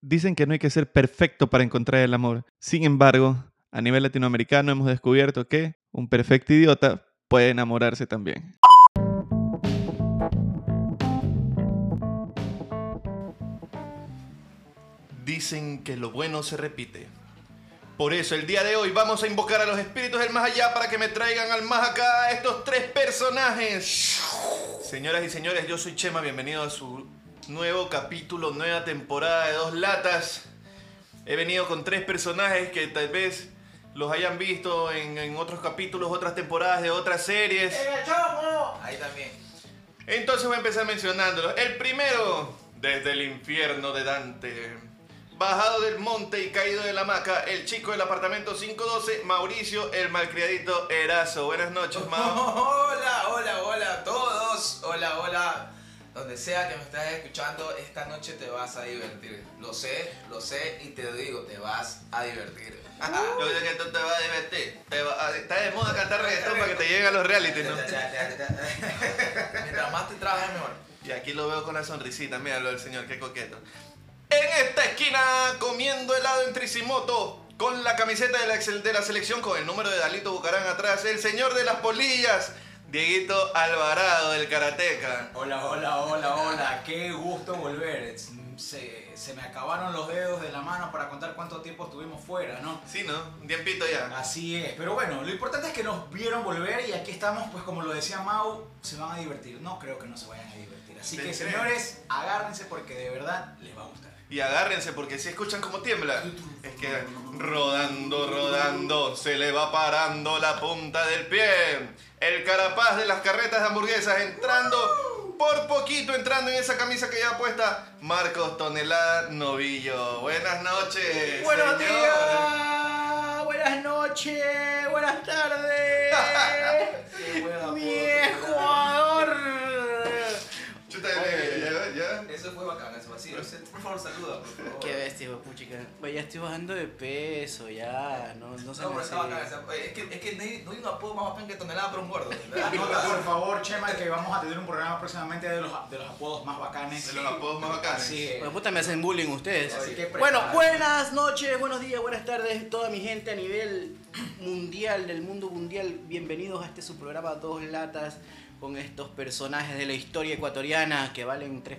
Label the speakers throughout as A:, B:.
A: Dicen que no hay que ser perfecto para encontrar el amor. Sin embargo, a nivel latinoamericano hemos descubierto que un perfecto idiota puede enamorarse también.
B: Dicen que lo bueno se repite. Por eso el día de hoy vamos a invocar a los espíritus del más allá para que me traigan al más acá a estos tres personajes. Señoras y señores, yo soy Chema, bienvenido a su nuevo capítulo, nueva temporada de Dos Latas. He venido con tres personajes que tal vez los hayan visto en, en otros capítulos, otras temporadas de otras series.
C: Ahí también.
B: Entonces voy a empezar mencionándolos. El primero, desde el infierno de Dante. Bajado del monte y caído de la hamaca, el chico del apartamento 512, Mauricio, el malcriadito Erazo. Buenas noches, Mao.
C: Hola, hola, hola a todos. Hola, hola. Donde sea que me estés escuchando, esta noche te vas a divertir. Lo sé, lo sé y te digo, te vas a divertir.
B: Yo sé que tú te vas a divertir. Te va a- está de moda cantar reggaetón para que te lleguen a los reality, ¿no?
C: Mientras más te trabajes, mejor.
B: Y aquí lo veo con la sonrisita, míralo al señor, qué coqueto. En esta esquina, comiendo helado en Tricimoto, con la camiseta de la, excel- de la selección, con el número de Dalito Bucarán atrás, el señor de las polillas, Dieguito Alvarado, del Karateca.
D: Hola, hola, hola, hola, qué gusto volver. Es- mm, Se, se me acabaron los dedos de la mano para contar cuánto tiempo estuvimos fuera, ¿no?
B: Sí, ¿no? Un tiempito ya.
D: Así es, pero bueno, lo importante es que nos vieron volver y aquí estamos, pues como lo decía Mau, se van a divertir. No creo que no se vayan a divertir.
B: Sí,
D: Así que
B: creo.
D: señores, agárrense porque de verdad les va a gustar.
B: Y agárrense, porque si escuchan como tiembla, es que rodando, rodando, se le va parando la punta del pie. El carapaz de las carretas de hamburguesas entrando, por poquito entrando en esa camisa que lleva puesta, Marcos Tonelada Novillo. Buenas noches.
D: Buenos
B: señor.
D: días, buenas noches, buenas tardes. Mi Ecuador.
B: Chuta, ya, ya.
C: Eso fue bacán, eso así. o sea, Por favor, saluda, por favor.
E: Qué bestia, puchica. Ya estoy bajando de peso, ya. No, no se
C: No, pero
E: me hace.
C: está bacán, esa- oye, Es que, es que no hay, no hay un apodo más bacán que tonelada para un gordo. ¿verdad?
D: Anota por favor, Chema, que vamos a tener un programa próximamente de los, de los apodos más bacanes. eh,
B: De los apodos más bacanes.
D: Así es.
E: Bueno, puta, me hacen bullying ustedes.
D: Así que
E: bueno,
D: prepárate.
E: buenas noches, buenos días, buenas tardes, toda mi gente a nivel mundial, del mundo mundial. Bienvenidos a este su programa Dos Latas con estos personajes de la historia ecuatoriana que valen tres.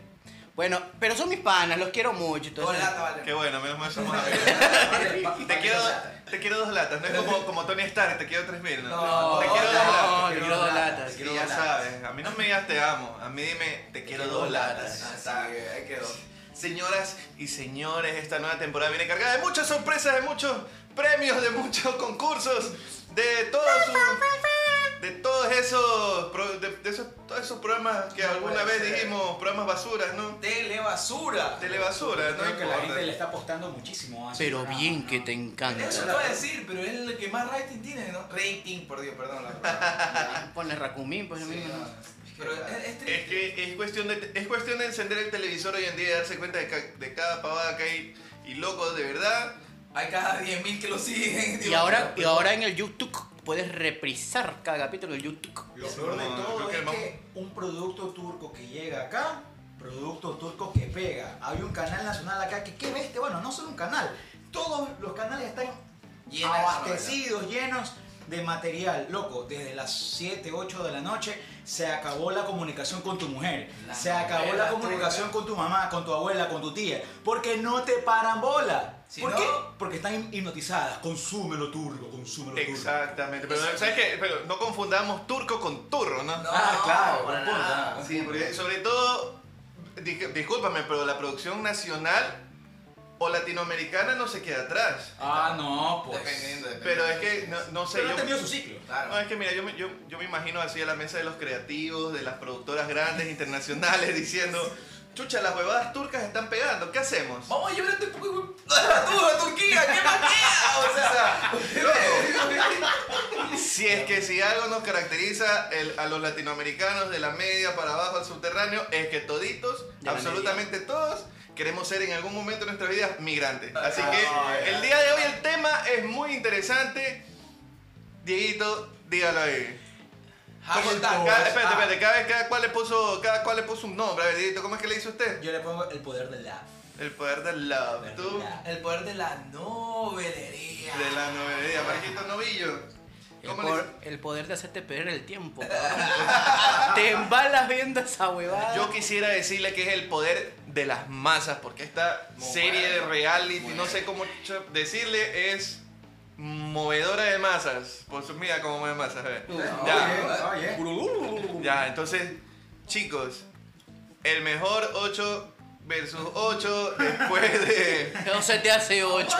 E: Bueno, pero son mis panas, los quiero
C: Dos
E: mucho. entonces-
C: latas, vale.
B: Qué bueno, menos mal somos amigos.
C: Vale,
B: Te quiero,
C: dos latas.
B: te quiero dos latas, no es como, como Tony Stark, te quiero tres mil.
C: No,
B: te quiero dos
C: no,
B: latas.
E: te quiero dos latas,
B: Sí,
E: te quiero
B: ya
E: dos latas.
B: sabes, a mí no me digas te amo, a mí dime te quiero dos latas. Ya está.
C: Así que ahí quedó.
B: Señoras y señores, esta nueva temporada viene cargada de muchas sorpresas, de muchos premios, de muchos concursos, de todos sus- de todos esos pro- de, de esos todos esos programas que
C: No
B: alguna
C: puede
B: vez
C: ser.
B: dijimos, programas basuras, ¿no?
C: Telebasura.
B: Telebasura, no
D: Creo que la gente le
B: importa.
D: está apostando muchísimo. a su
E: Pero
D: programa,
E: bien
D: ¿no?
E: que te encanta.
C: Eso te iba a decir, pero es el que más rating tiene, ¿no? Rating, por Dios, perdón la palabra.
E: Ponle Racumín, pues lo
C: Sí,
E: mismo.
C: no, Pero es, es
B: Es
C: triste.
B: que es cuestión de es cuestión de encender el televisor hoy en día y darse cuenta de, ca- de cada pavada que hay y loco de verdad.
C: Hay cada 10.000 que lo siguen.
E: Y
C: Dios
E: ahora,
C: mío.
E: y ahora en el YouTube puedes reprisar cada capítulo en el YouTube.
D: Lo peor de
B: No, creo
D: todo
B: que
D: es
B: vamos-
D: que un producto turco que llega acá, producto turco que pega. Hay un canal nacional acá que, ¿qué bestia? Bueno, no solo un canal. Todos los canales están
C: Llenas,
D: abastecidos, llenos de material. Loco, desde las 7, 8 de la noche se acabó la comunicación con tu mujer.
C: La
D: se acabó
C: novela
D: la comunicación con tu mamá, con tu abuela, con tu tía. Porque no te paran bola.
C: Si
D: ¿Por
C: no-
D: qué? Porque están hipnotizadas. Consúmelo turco, consúmelo turco.
B: Exactamente, pero ¿sabes qué? Pero no confundamos turco con turro, ¿no?
C: No,
D: Ah, claro,
C: para
D: buen punto,
C: nada.
D: ah.
B: Sí, porque sobre todo, dis- discúlpame, pero la producción nacional o latinoamericana no se queda atrás.
D: Ah, no, pues.
C: Dependiendo, dependiendo. este
B: Pero es que, no, no sé,
D: Pero ha
B: yo,
D: tenido su ciclo.
B: no,
C: Claro.
B: es que mira, yo, me- yo, yo me imagino así a la mesa de los creativos, de las productoras grandes, internacionales, diciendo, chucha, las huevadas turcas están pegando, ¿qué hacemos?
C: Vamos a
D: este
C: llevarte un poco de... ¡Tú, a Turquía! ¡Qué más queda? O sea,
B: Si es que si algo nos caracteriza el- a los latinoamericanos de la media para abajo al subterráneo es que toditos,
E: De la
B: absolutamente todos, queremos ser en algún momento de nuestras vidas migrantes. Así
C: Ah,
B: que
C: ya.
B: el día de hoy el tema es muy interesante. Dieguito, dígalo ahí.
D: Ah,
C: hashtag.
B: Cada, espérate, espérate, cada, vez- cada cual le puso, cada cual le puso un nombre. A ver, Dieguito, ¿cómo es que le hizo usted?
D: Yo le pongo el poder del la.
B: El poder del love. Tú,
C: El poder de la novelería.
B: de la novedad. Marquito Novillo.
E: El,
B: ¿Cómo
E: por-
B: le-
E: el poder de hacerte perder el tiempo, cabrón. Te embalas viendo esa huevada.
B: Yo quisiera decirle que es el poder de las masas, porque esta
C: Muy
B: serie de
C: bueno,
B: reality,
C: muy
B: no sé cómo ch- decirle, es movedora de masas. Pues mira cómo mueve masas. a ver. Ya.
D: Está bien, está bien.
B: Ya, entonces, chicos, el mejor 8 versus 8 después de...
E: No se te hace ocho.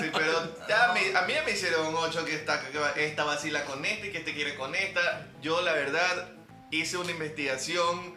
B: Sí, pero ya me- a mí ya me hicieron 8 que esta, que esta vacila con esta y que este quiere con esta. Yo, la verdad, hice una investigación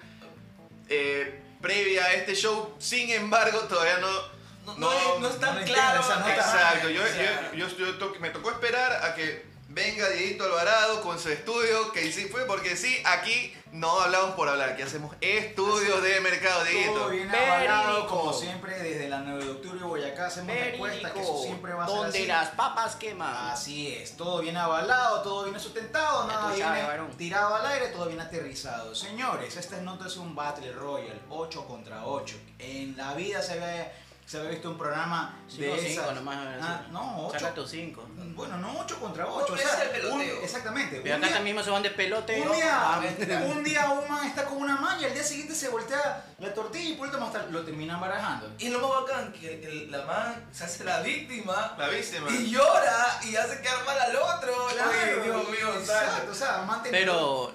B: eh, previa a este show. Sin embargo, todavía no...
C: No, no, es- no es tan
D: no entiendo
C: claro.
D: esa nota.
B: Exacto, yo,
C: O sea,
B: yo- yo- yo to- me tocó esperar a que venga Dieguito Alvarado con su estudio, que sí fue, porque sí, aquí no hablamos por hablar, aquí hacemos estudios de mercado,
D: Todo
B: Dieguito.
D: bien avalado,
E: Verídico.
D: como siempre, desde la 9 de octubre y Boyacá hacemos encuestas, que eso siempre va a ser
E: Donde
D: así.
E: las papas queman.
D: Así es, todo bien avalado, todo bien sustentado,
E: Ya
D: nada
E: tú sabes,
D: bien
E: varón.
D: tirado al aire, todo bien aterrizado. Señores, este no es un Battle Royale, 8 contra 8. En la vida se había, se había visto un programa de
E: Cinco, cinco
D: esas-
E: nomás,
D: Ah, no, 8.
E: Saca tus cinco.
D: Bueno, no 8 contra
C: No,
D: 8.
C: pero ese es el peloteo.
D: exactamente.
E: Pero
D: un
E: acá
D: día-
E: también se van de pelote. Ah,
D: un día,
C: Exactamente.
D: un día un man está con una malla, el día siguiente se voltea la tortilla y por último hasta lo terminan barajando.
C: Y lo más bacán, que el- la man se hace la víctima
B: La víctima.
C: y llora y hace quedar mal al otro. Oye, Dios mío,
D: exacto,
C: tal.
D: o sea, mantener-
E: Pero,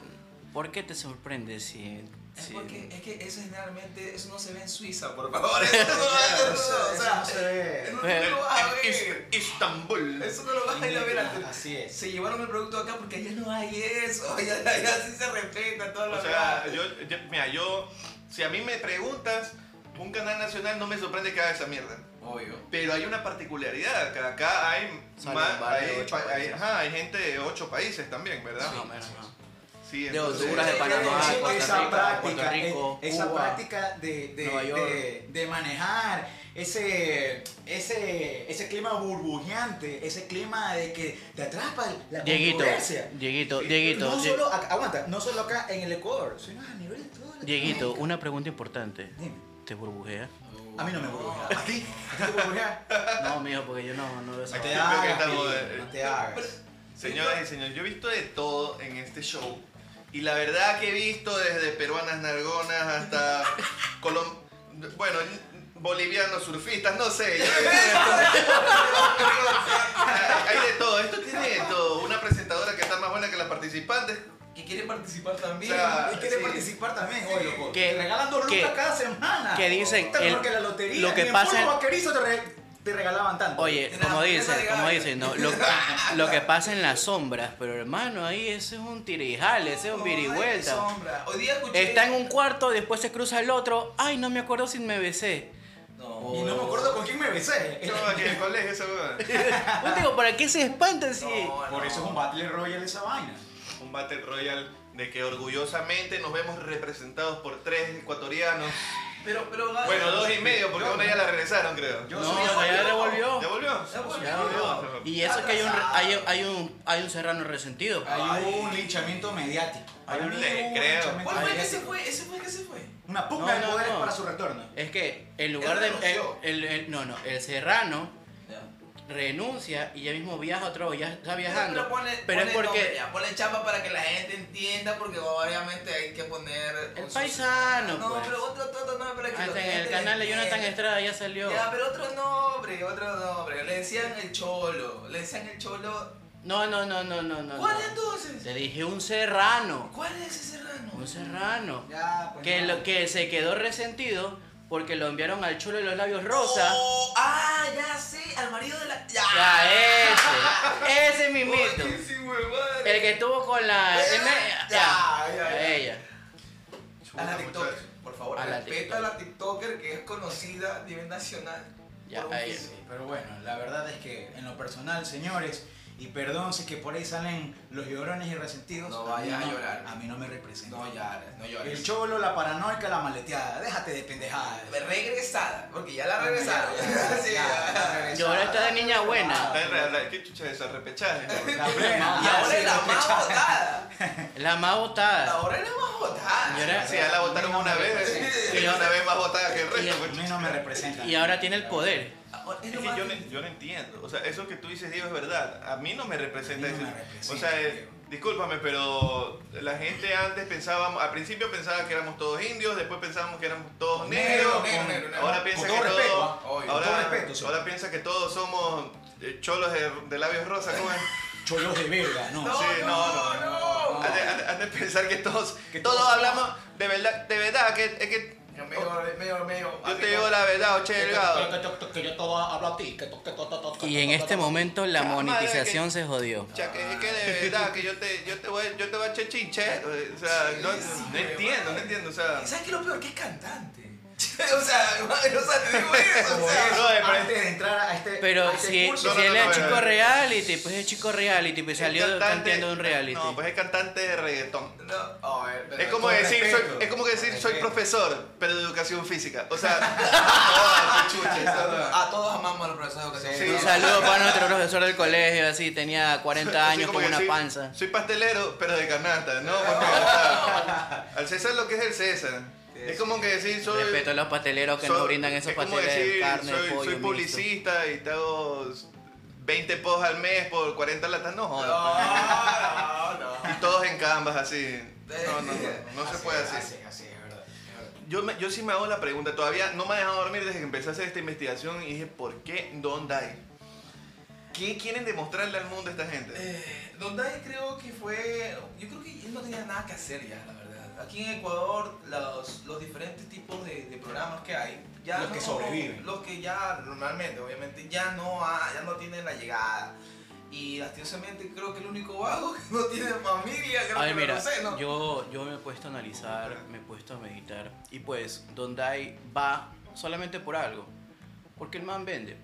E: ¿por qué te sorprendes si.?
C: Es
E: si-
C: porque es que eso generalmente eso no se ve en Suiza, por favor. Eso no, eso no, o
D: Eso
C: sea,
D: no se ve.
C: eso no
B: El-
C: lo vas a
B: en
C: ver.
B: Is- Istambul.
C: Eso no lo vas a ir a ver a tu-
D: Así es.
C: Se llevaron el producto acá porque allá no hay eso. Allá, allá sí se respeta todo lo
B: O sea, yo, yo- mira, yo, si a mí me preguntas, un canal nacional no me sorprende que haga esa mierda.
C: Obvio.
B: Pero hay una particularidad, que acá hay,
E: Salen
B: más-
E: varios
B: hay-
E: de ocho
B: hay-
E: países.
B: ajá, hay gente de ocho países también, ¿verdad?
E: No, menos, no.
B: Sí,
E: De
B: entonces-
E: Honduras, de Panamá,
D: Sí,
E: Costa
D: esa
E: Rica,
D: práctica,
E: Puerto Rico,
D: eh, esa
E: Cuba,
D: práctica de, de-
E: Nueva York.
D: de- de manejar ese, ese, ese clima burbujeante, ese clima de que te atrapa la
E: Dieguito,
D: controversia.
E: Dieguito, Dieguito,
D: no
E: Die-
D: solo, ac- aguanta, no solo acá en el Ecuador, sino a nivel de todo el
E: Dieguito, una pregunta importante.
D: Dime,
E: ¿Te burbujea?
D: a mí no me burbujea. ¿A ti? ¿A ti te burbujea?
E: No, mijo, porque yo no, no veo esa
D: No
B: Aquí
D: te
B: creo
E: vaina.
B: que
D: hagas,
B: estamos,
D: Dieguito,
B: eh,
D: no te hagas.
B: Señoras y señores, yo he visto de todo en este show. Y la verdad que he visto desde peruanas nargonas hasta colom... Bueno, bolivianos surfistas, no sé. yo he visto de todo. Hay hay de todo, esto tiene de todo. Una presentadora que está más buena que las participantes.
C: Que quiere participar también.
B: O sea,
D: Y quiere
B: sí.
D: participar también, oye,
C: pues.
D: loco.
E: Que-
D: te regalan dos
E: que-
D: lucas cada semana.
E: que dicen,
D: Te
E: el-
D: que la lotería.
E: lo que
D: ni en
E: pasa
D: Puro
E: es-
D: vaquerizo te, re- te regalaban tanto.
E: Oye,
C: Nada,
E: como
C: nada
E: dicen,
C: legal.
E: como dicen, no, lo, lo que pasa en las sombras, pero hermano, ahí eso es un tirijal, ese es un virivuelta.
C: Sombra. Hoy día escuché.
E: Está en un cuarto, después se cruza el otro. Ay, no me acuerdo si me besé.
C: No.
D: Y no me acuerdo con quién me besé.
B: No, que en el colegio esa huevada.
E: Yo Pues digo, ¿para qué se espantan si.?
C: No, no.
D: Por eso es un Battle Royale esa vaina.
B: Un Battle Royale de que orgullosamente nos vemos representados por tres ecuatorianos.
C: Pero, pero. va-
B: Bueno, dos y medio, porque una ya la regresaron, creo.
D: Yo
E: No,
D: soy-
E: o sea, ya devolvió.
B: ¿Ya volvió?
C: Ya volvió.
E: Ya volvió. Y eso que hay un, re- hay, hay un, hay un serrano resentido.
D: Hay un linchamiento mediático.
B: Ay,
D: Hay un
B: le creo.
D: linchamiento
C: ¿Cuál fue el que se
D: mediático.
C: fue? ¿Ese fue el que se fue?
D: Una pugna
E: No,
D: de
E: no,
D: poderes
E: no.
D: para su retorno.
E: Es que en lugar de.
C: Él renunció.
E: el- el- el- no, no, el serrano
C: Ya.
E: renuncia y ya mismo viaja otra vez, ya está viajando.
C: Pero, ponle,
E: Pero es
C: ponle nombre
E: porque.
C: ya, ponle chapa para que la gente entienda, porque obviamente hay que poner.
E: El
C: un-
E: paisano,
C: pues, No,
E: pues.
C: pero otro, otro nombre para que.
E: Hasta
C: la
E: en el
C: gente
E: canal de
C: entienda.
E: Jonathan Estrada ya salió.
C: Ya, pero otro nombre, otro nombre. Le decían el cholo. Le decían el cholo.
E: No, no, no, no, no, no.
C: ¿Cuál
E: no.
C: entonces?
E: Te dije un serrano.
C: ¿Cuál es ese serrano?
E: Un serrano.
D: Ya, pues.
E: Que,
D: no.
E: lo, que se quedó resentido porque lo enviaron al chulo de los labios rosa.
C: Oh, ah, ya sé, al marido de la. Ya,
E: Ya, ese. Ese mimito.
C: Oye, sí, huevada.
E: El que estuvo con la.
C: Ya,
E: Ya,
C: ya, ya.
E: Ella.
C: A la
B: Chuta,
C: TikToker,
B: muchacho.
C: por favor,
E: A la
C: respeta a la TikToker que es conocida a nivel nacional.
E: Ya,
C: Por un
E: a ella.
C: físico.
D: Pero bueno, la verdad es que en lo personal, señores, y perdón si es que por ahí salen los llorones y resentidos.
C: No
D: mí
C: vayas a llorar.
D: A mí no me representa.
C: No llores, no llores.
D: El cholo, la paranoica, la maleteada. Déjate de pendejadas.
C: Ah, Regresada, porque ya la
D: Bueno,
C: regresaron.
D: ya, ya,
C: Sí,
D: ya,
C: ya.
D: ya, ya,
E: que ahora está de niña buena.
B: La- la- la- ¿Qué chucha es eso? Repechaje.
D: La plena.
C: Y ahora es la más votada.
E: La más votada.
C: Ahora es la más votada.
E: Y ahora-
B: Sí, ya la votaron una vez.
C: Sí.
B: Ella una vez más votada que el resto. pues.
D: A mí no me representa.
E: Y ahora tiene el poder.
C: Ahora es
B: Oh, Es
C: lo
B: que
C: más-
B: yo, no- yo no entiendo. O sea, eso que tú dices, Diego, es verdad. A mí no me representa
D: A mí no
B: eso.
D: me representa,
B: o sea, eh,
D: Diego.
B: discúlpame, pero la gente antes pensaba, al principio pensaba que éramos todos indios, después pensábamos que éramos todos negros.
C: Negro, negro, negro, negro.
B: Ahora piensa
D: Con
B: que
D: todo respeto,
B: todos.
D: ¿ah?
C: Obvio,
B: ahora,
D: con todo respeto, sí.
B: ahora piensa que todos somos eh, cholos de, de labios rosas. ¿cómo es?
D: Cholos de verga, no.
C: No,
B: Sí, no,
C: no,
B: no,
C: no.
B: Has de, has de- has de pensar que todos,
D: Que
B: todos,
D: todos-
B: hablamos de verdad, de verdad, que, es que
C: Yo me digo, me digo, me digo,
B: Oh. yo
C: así
B: te digo
C: como-
B: la verdad, Oche Delgado.
D: Que yo te hablo a ti. que to- que to- to- to- to-
E: Y en
D: to-
E: este
D: to-
E: momento la
B: Ah, madre, este
E: monetización se jodió.
B: O sea, que, es que de verdad, que yo te, yo te voy, yo te voy a echar chinche. O sea, no,
C: sí,
B: no entiendo, no entiendo. O sea,
C: ¿Y ¿Sabes qué es lo peor? Que es cantante. o sea, madre, o sea, te digo eso.
D: Como
C: O sea,
D: es,
B: no, eh, pero-
D: antes de entrar a este. a
E: Pero
D: este
E: si,
D: curso,
B: no,
E: si
B: no,
E: él
B: no,
E: es
B: no,
E: chico
B: no.
E: reality, pues es chico reality, pues
B: es
E: salió
B: cantante-
E: canteando un reality.
B: No, pues es cantante de reggaetón.
C: no, a ver, pero-
B: Es como
D: con
B: decir,
D: respeto,
B: soy, es como que decir,
D: con
B: soy
D: respeto.
B: profesor, pero de educación física. O sea, no, qué chucha, o sea,
C: A Ah, todos amamos a los profesores de
B: Sí,
C: educación.
E: Un
B: no.
E: saludo para nuestro profesor del colegio, así tenía
B: así
E: 40 años
B: como
E: con
B: que
E: una
B: soy-
E: panza.
B: Soy pastelero, pero de canasta, ¿no? Porque, o sea, al César lo que es el César.
D: Sí,
B: Es como que decir, soy.
E: Respeto a los pasteleros que
B: Soy-
E: nos brindan esos
B: es como
E: pasteles de
B: decir,
E: carne,
B: soy,
E: pollo,
B: soy
E: mixto.
B: publicista y te hago 20 posts al mes por 40 latas, no
C: No,
B: jodas.
C: no, no.
B: Y todos en canvas así. No, no, no, no se
D: Eh, así,
B: puede así.
D: Así, así, es verdad. es verdad.
B: Yo, me- yo sí me hago la pregunta, todavía no me he dejado dormir desde que empecé a hacer esta investigación y dije, ¿por qué dónde hay? ¿Qué quieren demostrarle al mundo esta gente?
C: Eh, Don Dai creo que fue. Yo creo que él no tenía nada que hacer ya, la verdad. Aquí en Ecuador, los, los diferentes tipos de, de programas que hay. Ya
D: Los que
C: no-
D: sobreviven.
C: Los que ya, normalmente, obviamente, ya no, ha- ya no tienen la llegada. Y lastimosamente creo que el único vago que no tiene familia, creo
E: A
C: que
E: ver,
C: no
E: mira,
C: sé, ¿no?
E: yo, yo me he puesto a analizar, me he puesto a meditar. Y pues, Dondai va solamente por algo. Porque el man vende.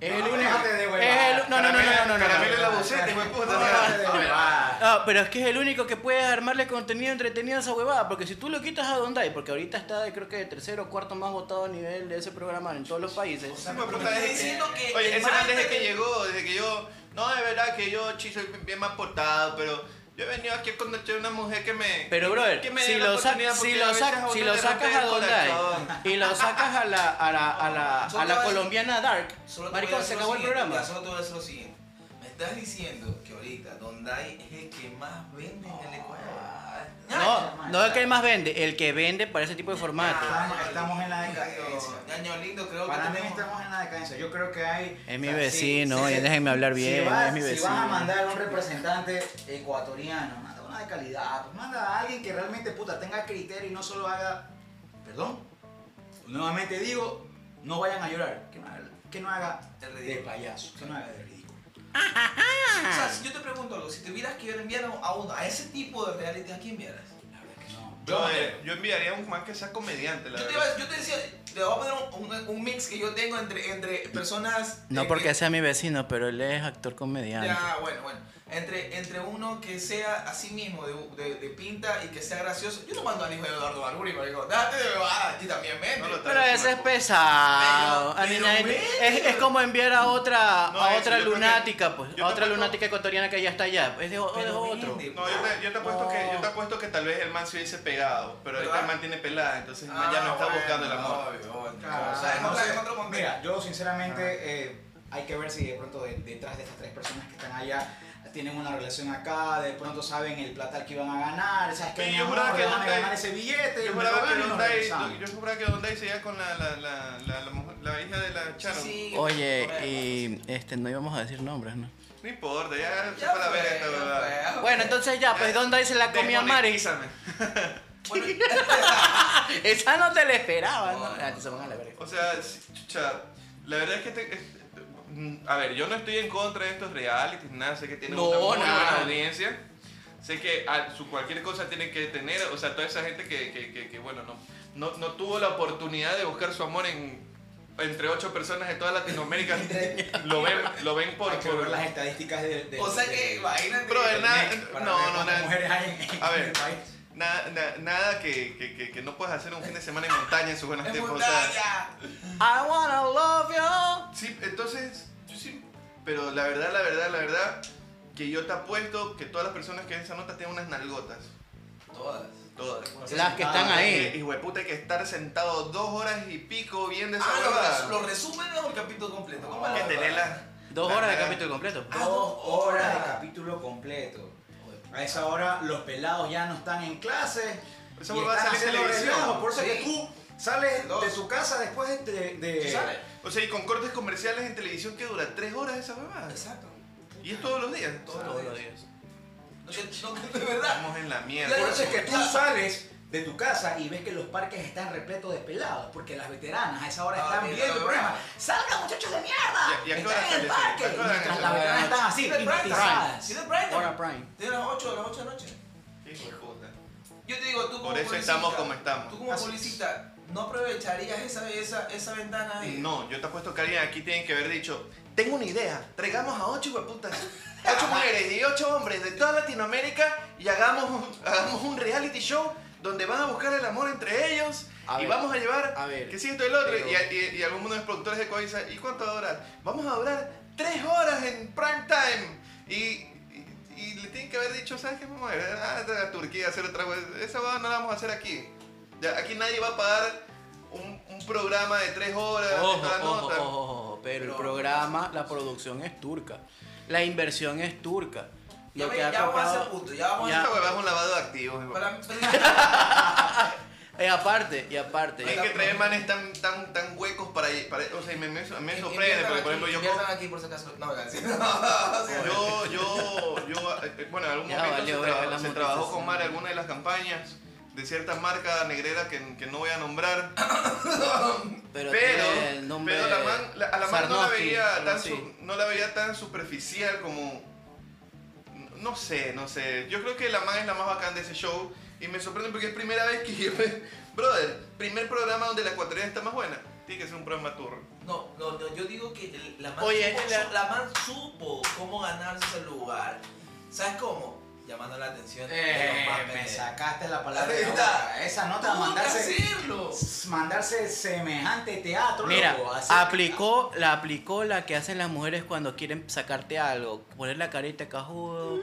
E: Es el
D: No,
E: único.
D: déjate de huevadas.
E: es el- no, no, no, no, no, no, no, no.
B: Caramelo en la buceta, hijo de puta.
D: No, de verdad.
E: Ah, pero es que es el único que puede armarle contenido entretenido a esa huevada. Porque si tú lo quitas a Dondai, porque ahorita está, de, creo que, de tercero o cuarto más votado a nivel de ese programa en todos los países.
B: Sí, me
C: Pero
B: pregunta,
C: estoy
B: desde-
C: diciendo que
B: Oye,
C: el
B: ese man desde
C: martes-
B: que llegó, desde que yo. No, de verdad que yo chi, soy bien mal portado, pero yo he venido aquí a conocer una mujer que me.
E: Pero, brother,
B: que me
E: si
B: dé la
E: lo, sa-
B: oportunidad,
E: si
B: porque
E: lo,
B: a veces
E: sa-
B: a
E: si
B: uno
E: lo
B: le
E: sacas
B: rompe
E: a
B: el
E: Dondai
B: corazón.
E: y lo sacas a la, a la, a la, a la colombiana Dark,
C: Solo te voy a
E: maricón,
C: decir
E: se
C: lo
E: acabó el
C: siguiente,
E: programa.
C: ya, solo te voy a decir lo siguiente. Me estás diciendo que ahorita Don Dai es el que más vende en el Ecuador.
E: No, no el que más vende, el que vende para ese tipo de formato.
C: Ah,
D: Estamos- estamos en la decadencia.
C: Ñaño lindo, creo que
D: Para mí
C: tenemos-
D: estamos en la decadencia. Yo creo que hay.
E: Es mi
D: o sea,
E: vecino,
D: sí, sí,
E: y
D: sí.
E: déjenme hablar bien,
D: Si vas,
E: es mi
D: si vas a
E: vecino.
D: mandar a un representante ecuatoriano, manda una de calidad, pues manda a alguien que realmente puta tenga criterio y no solo haga. Perdón. Nuevamente digo, no vayan a llorar. Que no haga, que no haga
C: El
D: de
C: ridículo.
D: payaso. Que no haga de ridículo.
C: O sea, si yo te pregunto algo, si tuvieras que enviar a, a un- a ese tipo de reality, ¿a quién enviaras?
D: No.
B: Yo, eh, yo enviaría a un man que sea comediante, la
C: Yo te,
B: verdad.
C: iba- yo te decía, te voy a poner un, un- un mix que yo tengo entre, entre personas... eh,
E: No porque
C: que-
E: sea mi vecino, pero él es actor comediante.
C: Ya, bueno, bueno. Entre, entre uno que sea a sí mismo de, de, de pinta y que sea gracioso. Yo no mando al hijo de Eduardo Barburi, marico. Date de bebada. Y también vende.
B: No lo
E: Pero ese es pesado.
C: Pero-
E: A mí
C: pero
E: nadie-
C: ve.
E: es, es como enviar a otra,
B: No,
E: a
B: eso
E: otra
B: yo creo que-
E: lunática, pues.
B: yo
E: A otra
B: tampoco-
E: lunática ecuatoriana que ya está allá. Es de, o- es de
C: Pero
E: otro.
C: vende,
B: No, yo te, yo te apuesto que, yo te apuesto que tal vez el man se hubiese pegado, pero ahorita
C: ¿Verdad? Ah,
B: el man tiene pelada, entonces el man ya no está
C: bueno,
B: buscando el amor.
C: obvio, obvio.
D: Claro,
C: o sea, en
D: no
C: otra-
D: sé.
C: en otro contexto.
D: Mira, yo sinceramente eh, hay que ver si de pronto de- detrás de estas tres personas que están allá tienen una relación acá, de pronto saben el platal que iban a ganar, sabes que
B: Sí,
D: mi
B: yo
D: amor,
B: juraba que
D: déjame
B: Dondai-
D: ganar ese billete,
B: Yo
D: me lo
B: juraba que
D: gano y nos
B: Donday,
D: regresamos.
B: yo juraba que Donday se iba con la, la, la, la, la mujer- la hija de la Charo.
C: Sí,
E: Oye,
C: bueno,
E: y este, no íbamos a decir nombres, ¿no?
B: No importa, ya, se
C: ya
B: fue a la
C: fue,
B: verga esta
C: ya
B: verdad.
C: fue.
E: Bueno, entonces ya, pues Donda se la comía a Mari.
B: Desmonetízame.
C: Bueno,
E: Esa no te la esperaba, ¿no? Ah, que se van a la verga.
B: O sea, sí, chucha, la verdad es que te- es- mm, a ver, yo no estoy en contra de estos realities, nada, sé que tienen
E: No,
B: una muy buena
E: nada.
B: audiencia. Sé que a- su cualquier cosa tienen que tener, o sea, toda esa gente que, que- que- que, bueno, no, no, no tuvo la oportunidad de buscar su amor en entre ocho personas de toda Latinoamérica lo ven, lo ven por,
D: Hay que
B: por-
D: ver las estadísticas de, de-
C: o sea
D: de-
C: que imagínate.
B: Bro, es nada-
D: para
B: no,
D: ver
B: no,
D: cuántas
B: no.
D: mujeres hay en,
B: A
D: en
B: ver.
D: el país.
B: na- na- nada que, que- que- que no puedas hacer un fin de semana en montaña en sus buenos
C: Es
B: tiempos. o sea,
C: montaña.
E: I wanna love you.
B: Sí, entonces Pero la verdad, la verdad, la verdad, que yo te apuesto que todas las personas que ven esa nota tienen unas nalgotas.
C: Todas.
B: Todas. Eh,
E: Las que están
B: Y
E: ahí.
B: hijo de puta, hay que estar sentado dos horas y pico viendo esa
C: Ah,
B: huevada.
C: los, los resúmenes o el capítulo completo. ¿Cómo
B: Hay
C: es la
B: que tener
C: verdad?
B: las-
E: Dos
B: las
E: horas de
B: nalgas.
E: capítulo completo.
C: Ah,
D: Dos horas de
C: horas.
D: capítulo completo. A esa hora los pelados ya no están en clase.
B: Esa
D: y
B: huevada
D: están
B: sale en
D: haciendo
B: televisión.
D: relajo, Por eso
C: Sí.
D: que tú sales
C: Dos.
D: de su casa después de... de-
C: Sí, sale.
B: Eh, O sea, y con cortes comerciales en televisión que dura tres horas esa huevada.
C: Exacto.
B: Y es todos los días.
C: Todos
E: Todos los días.
C: No, que- no, que de verdad.
B: Estamos en la
D: Por
B: mierda.
C: Claro.
D: eso es que tú
E: Ah,
D: sales de tu casa y ves que los parques están repletos de pelados, porque las veteranas a esa hora
C: Ah,
D: están
C: sí,
D: viendo el
C: claro.
D: programa. ¡Salgan, muchachos de mierda!
B: ¿Y a- y a qué hora
D: ¡Están en
B: sale
D: el
B: ese?
D: parque!
B: ¿A qué hora
D: Mientras
B: sale
D: las
B: ese?
D: veteranas están
E: ah,
C: Sí,
D: así,
C: de Prime Time.
D: hipnotizadas.
C: Sí, de Prime Time.
E: Hora prime.
C: De las 8 a las 8 de la noche.
B: Hijo de puta.
C: Yo te digo, tú como
B: Por eso
C: publicista,
B: estamos como estamos.
C: Tú como
D: Así es.
C: publicista, ¿no aprovecharías esa, esa, esa ventana ahí?
B: No, yo te apuesto que alguien aquí tiene que haber dicho, tengo una idea, traigamos a ocho hueputas, ocho mujeres y ocho hombres de toda Latinoamérica y hagamos un, hagamos un reality show donde van a buscar el amor entre ellos
E: A
B: y
E: ver,
B: vamos a llevar,
E: a ver,
B: que si esto y el otro,
E: pero-
B: y, a- y- y algún uno de los productores de Coisa, ¿y cuánto va a durar? Vamos a durar tres horas en prime time y... y- y le tienen que haber dicho, ¿sabes qué? Ah, Vamos a ir a a Turquía a hacer otra vez. Esa hueá no la vamos a hacer aquí. Ya, aquí nadie va a pagar un, un programa de tres horas, de
E: Ojo,
B: toda la
E: ojo,
B: nota.
E: ojo, ojo, pero el programa, la producción es turca. La inversión es turca.
C: Ya,
E: Lo
C: ve-
E: que ha
C: ya vamos a hacer
E: tocado.
C: punto, ya vamos
E: Ya.
B: Esta huevada es un lavado de activos.
C: a
B: hijo.
C: para, para-
E: Eh, aparte, y aparte.
B: Hay que traer manes tan, tan, tan huecos para, para o sea, me, me, me sorprende, porque por ejemplo yo,
C: Inviertan
B: co-
C: aquí por si acaso. No, gracias. No, sí, no.
B: yo, yo, yo, eh, bueno, en algún
E: Ya
B: momento
E: valió
B: se,
E: verga
B: traba-
E: la
B: se trabajó
E: monetización.
B: con Mara alguna de las campañas de cierta marca negrera que, que no voy a nombrar,
E: Pero,
B: pero,
E: tiene el nombre
B: pero la man- la- a la man no la
E: Sarnowski,
B: veía
E: algo
B: tan,
E: así.
B: su- no la veía tan superficial como, no sé, no sé, yo creo que la man es la más bacán de ese show y me sorprende porque es primera vez que yo, brother, primer programa donde la ecuatoriana está más buena, tiene que ser un programa turro.
C: No, no, no, yo digo que el- la man,
E: Oye,
C: supo,
E: la-
C: la man supo cómo ganarse el lugar. ¿Sabes cómo? Llamando la atención de los más
D: Eh, me
C: pendejos.
D: sacaste la palabra.
C: Ahí
D: de la
C: está.
D: boca. Esa nota,
C: Tuvo que
D: mandarse,
C: hacerlo.
D: mandarse semejante teatro.
E: Mira,
D: loco, así-
E: aplicó, la aplicó la que hacen las mujeres cuando quieren sacarte algo. Poner la carita de cajudo.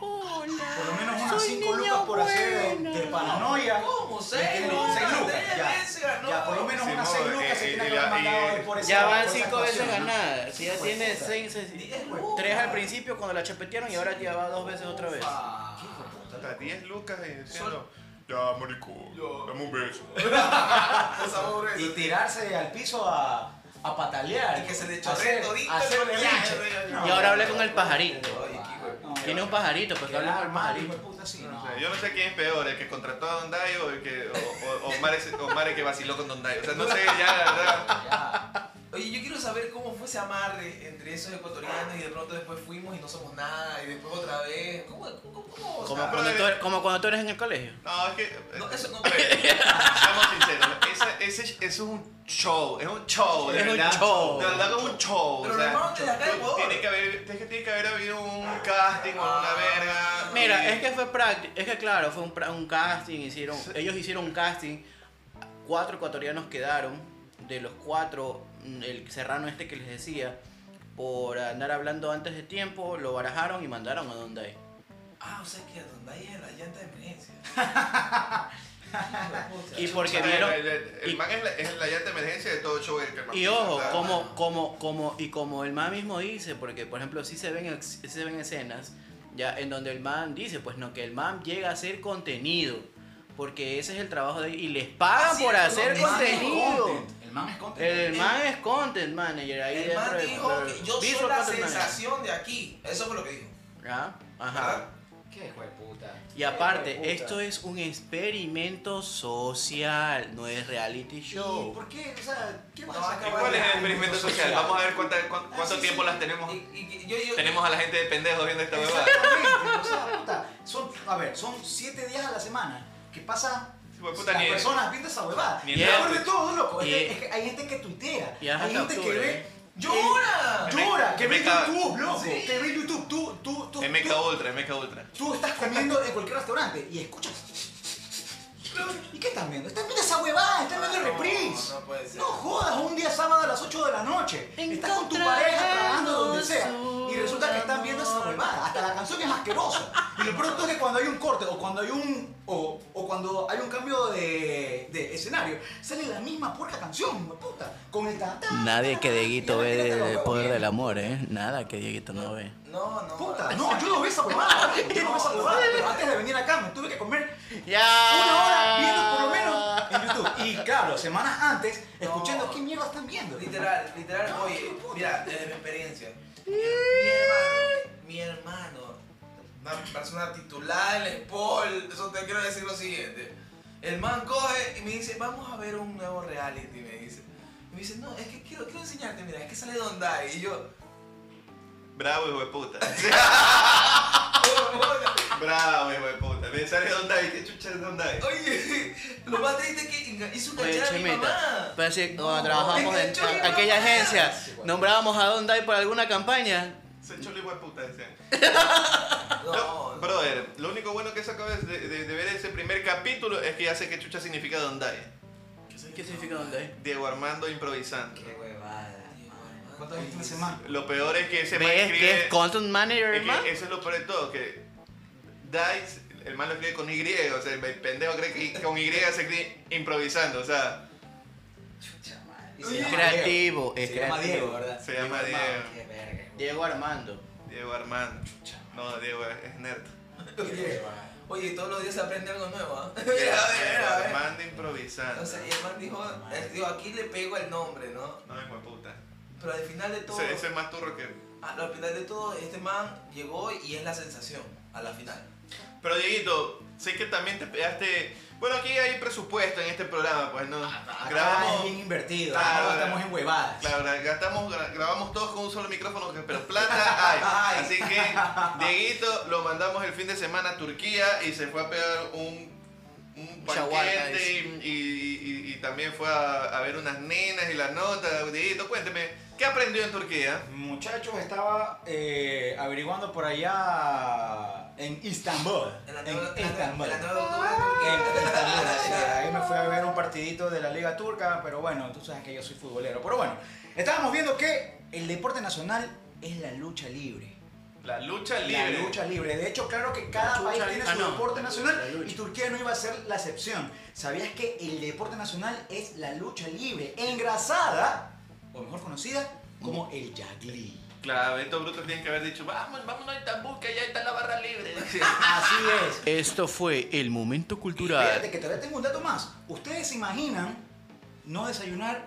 E: Hola.
D: Por lo menos unas
E: soy
D: 5
E: niña
D: lucas por hacer de,
E: buena.
D: de paranoia.
C: ¿Cómo? ¿Seis
D: ¿Me entiendes?
C: lucas?
D: Seis
C: Tres
D: ya.
C: veces ganó.
D: Ya, por lo menos
B: Sí,
D: unas
B: no,
D: 6 lucas
B: eh,
D: se
B: eh,
D: tiene
B: y
D: que
B: la-
D: haber mandado
B: y-
D: por esa
E: Ya van
D: por esa
E: cinco veces
D: actuación, ¿no? Pues,
E: ganadas. Si ya
D: Hijo de
E: tiene
D: puta.
E: seis, seis-
C: Diez lucas.
E: tres al principio cuando la chapetearon y ahora ya va dos veces otra vez.
D: Ah,
C: Ufa.
D: Hijo de puta,
B: Hasta
C: pues.
B: 10 lucas y diciendo, ya, marico,
C: Ya.
B: dame un beso.
C: Esa pobreza.
D: Y tirarse al piso a, a patalear.
C: Y que se le
D: Hacer-
C: chorree todito
D: hacer
C: el
D: berrinche.
C: maquillaje,
D: No,
E: Y ahora
D: no,
E: hablé
D: no,
E: con el
D: no,
E: pajarito.
D: no,
C: Oye, qué hijo de
D: no, no,
E: Tiene
D: no,
E: un pajarito, pues que
D: quedar
E: habla con el
D: mal, hijo
E: pajarito.
D: de puta, sí,
B: No
D: no.
B: sé, yo no sé quién es peor, el que contrató a Don Dayo o, el que- o, o, o Mare, o Mare que vaciló con Don Dayo. O sea, no sé, ya, la verdad.
D: Ya.
C: Oye, yo quiero saber cómo fue ese amarre entre esos ecuatorianos y de pronto después fuimos y no somos nada y después otra vez. ¿Cómo? ¿Cómo? cómo o
E: Como
C: sea,
E: cuando, tú, como cuando tú eres en el colegio.
B: No, es que. eh,
C: No, eso no
B: Seamos sinceros, esa- ese, eso es un show, es un show, de
E: Es un
B: verdad.
E: show.
B: De verdad, es un show.
C: Pero
B: o sea,
C: lo armaron desde acá de Ecuador.
B: tiene que haber, es que tiene que haber habido un casting o
C: Ah.
B: una verga.
E: Mira,
B: y-
E: es que fue práctico. Es que claro, fue un, pra- un casting. Hicieron, ellos hicieron un casting. Cuatro ecuatorianos quedaron. De los cuatro, mm, el serrano este que les decía, por andar hablando antes de tiempo, lo barajaron y mandaron a donde hay.
C: Ah, o sea que a donde hay es la llanta de emergencia.
E: Y porque
B: el-
E: vieron.
B: El, el- el
E: y-
B: man es la, es la llanta de emergencia de todo show. el que más
E: Y
B: pisa, o
E: ojo,
B: sea,
E: como, como, como, y como el man mismo dice, porque por ejemplo sí se ven, ex- sí se ven escenas, ya en donde el man dice, pues no, que el man llega a hacer contenido, porque ese es el trabajo de y les pagan
C: Así
E: por
C: es,
E: hacer
D: El man es
E: contenido.
D: content, El man es content.
E: El man es content manager ahí
C: Eh, El
E: dentro
C: man
E: de-
C: dijo que yo soy
E: visual
C: la
E: content manager.
C: sensación Ah. de aquí. Eso fue lo que dijo.
E: Ya,
C: ¿Verdad?
E: Ajá.
D: Qué hijo de puta.
E: Y aparte, esto es un experimento social, no es reality
D: show.
E: show.
D: ¿Por qué? O sea, ¿qué vas
C: No,
D: a
C: ¿y
B: ¿Y
D: acabar
B: cuál
D: de-
B: es el experimento social? Vamos a ver cuánta- cuán- cuánto,
C: Ah, sí,
B: tiempo
C: sí.
B: las tenemos.
C: Y, y- y- yo, yo-
B: Tenemos a la gente de pendejos viendo esta huevada.
D: Exactamente, o sea, puta, son, a ver, son siete días a la semana que pasan
B: Sí, pues, puta,
D: las
B: ni-
D: personas viendo esa huevada.
B: ni en
D: Y es
B: Netflix.
D: peor de todo, loco. es
E: Y-
D: que- es que hay gente que tuitea,
E: y es
D: hay
E: hasta
D: gente que
E: octubre,
D: ve...
C: ¡Llora!
D: que- Llora, que ve
B: MK.
D: YouTube, loco.
C: Sí.
D: Que ve YouTube. Tú, tú, tú,
B: MK
D: tú,
B: Ultra, MK Ultra.
D: tú estás comiendo en cualquier restaurante y escuchas... ¿Y qué están viendo? Están viendo esa huevada, están viendo el
C: No,
D: reprise.
C: no puede ser.
D: No jodas, un día sábado a las 8 de la noche. Estás con tu
E: Encontraremos
D: pareja trabajando donde sea. Y resulta que están viendo esa huevada. Hasta la canción es asquerosa. Y lo pronto es que cuando hay un corte o cuando hay un. o, o cuando hay un cambio de, de escenario, sale la misma puerca canción, puta. Con el ta- ta-
E: Nadie que
D: ta-
E: Dieguito
D: y la
E: ve
D: gente te
E: el
D: lo
E: poder
D: ve.
E: del amor, ¿eh? Nada que Dieguito no ve.
C: No, no.
D: Puta, no, yo no veo esa huevada. Yo no veo esa huevada. Pero antes de venir acá me tuve que comer una hora viendo por lo menos en YouTube. Y claro, semanas antes, escuchando qué mierda están viendo.
C: Literal, literal,
D: No, qué
C: oye,
D: puta.
C: mira, desde mi experiencia, mi, mi hermano, mi hermano, una persona titulada del Sport, eso te quiero decir lo siguiente. El man coge y me dice, vamos a ver un nuevo reality, me dice. Y me dice, no, es que quiero, quiero enseñarte, mira, es que sale Dondai. Y yo,
B: Bravo, hijo de puta.
C: "Oh, puta".
B: Bravo, hijo de puta. Me sale Don David. ¿Qué chucha es Don David?
C: oye, lo más triste es que hizo
E: Oye,
C: enganchar a mi
E: Chimita,
C: mamá.
E: parece que cuando
C: No,
E: trabajábamos en
C: enganchó a mi mamá.
E: aquella agencia,
C: Sí, bueno.
E: nombrábamos a Don Dai por alguna campaña.
B: Se echó el hijo de puta, decían.
C: No, no.
B: Brother, lo único bueno que saco de, de- de ver ese primer capítulo es que ya sé qué chucha significa Don David.
E: ¿Qué significa Don Dai?
B: Diego Armando improvisando.
D: Qué huevada, madre. ¿Cuántas
C: Oye,
D: veces tuve semana?
B: Lo peor es que ese man
E: ¿Ves que es
B: escribe-
E: content manager,
B: Es que
E: hermano?
B: eso es lo peor de todo, que Dice, el man lo escribe con Y, o sea, el pendejo cree que con Y se escribe improvisando, o sea,
D: Chucha madre. Y
E: Es
D: se llama Diego.
E: creativo, es
D: Se llama
E: creativo.
D: Diego, ¿verdad?
B: Se llama
D: Armando.
B: Diego.
D: Qué verga.
E: Diego Armando.
B: Diego Armando. No, Diego es nerd.
D: Qué
C: Oye,
D: huevada.
C: oye, todos los días se aprende algo nuevo, ¿ah? Mira,
B: Diego
C: a ver, a ver.
B: Armando improvisando.
C: O sea, y el man dijo, eh, digo, aquí le pego el nombre, ¿no?
B: No me puta.
C: Pero al final de todo, ah,
B: Ese, ese es más turro que.
C: al al final de todo, este man llegó y es la sensación a la final.
B: Pero Dieguito, sé que también te pegaste. Bueno, aquí hay presupuesto en este programa, pues no.
D: Ah, Acá es
B: Grabamos.
D: bien invertido.
B: Claro,
D: Ahora
B: claro.
D: estamos en huevadas.
B: Claro, gra- gastamos, gra- grabamos todos con un solo micrófono, que- pero plata hay.
C: Ay.
B: Así que Dieguito lo mandamos el fin de semana a Turquía y se fue a pegar un, un
E: Shawarma,
B: banquete
E: dice.
B: y, y- y- y también fue a, a ver unas nenas y las notas. Dieguito, cuénteme, ¿qué aprendió en Turquía?
D: Muchachos, estaba eh, averiguando por allá en Istambul.
C: En la
D: en
C: nueva- en la
D: Istambul.
C: nueva- en la nueva
D: En Istambul, sí,
C: octubre.
D: Ahí me fui a ver un partidito de la Liga Turca, pero bueno, tú sabes que yo soy futbolero. Pero bueno, estábamos viendo que el deporte nacional es la lucha libre.
B: La lucha libre.
D: La lucha libre. De hecho, claro que cada
E: lucha
D: país
E: libre.
D: tiene
E: Ah,
D: su
E: no.
D: deporte
E: La
D: nacional
E: lucha.
D: y Turquía no iba a ser la excepción. ¿Sabías que el deporte nacional es la lucha libre engrasada, o mejor conocida, como el jagli?
B: Claro, estos brutos tienen que haber dicho, vamos, vámonos a Istambul, que allá está la barra libre.
D: Así es.
E: Esto fue el momento
D: Fíjate
E: cultural.
D: que todavía tengo un dato más. ¿Ustedes se imaginan no desayunar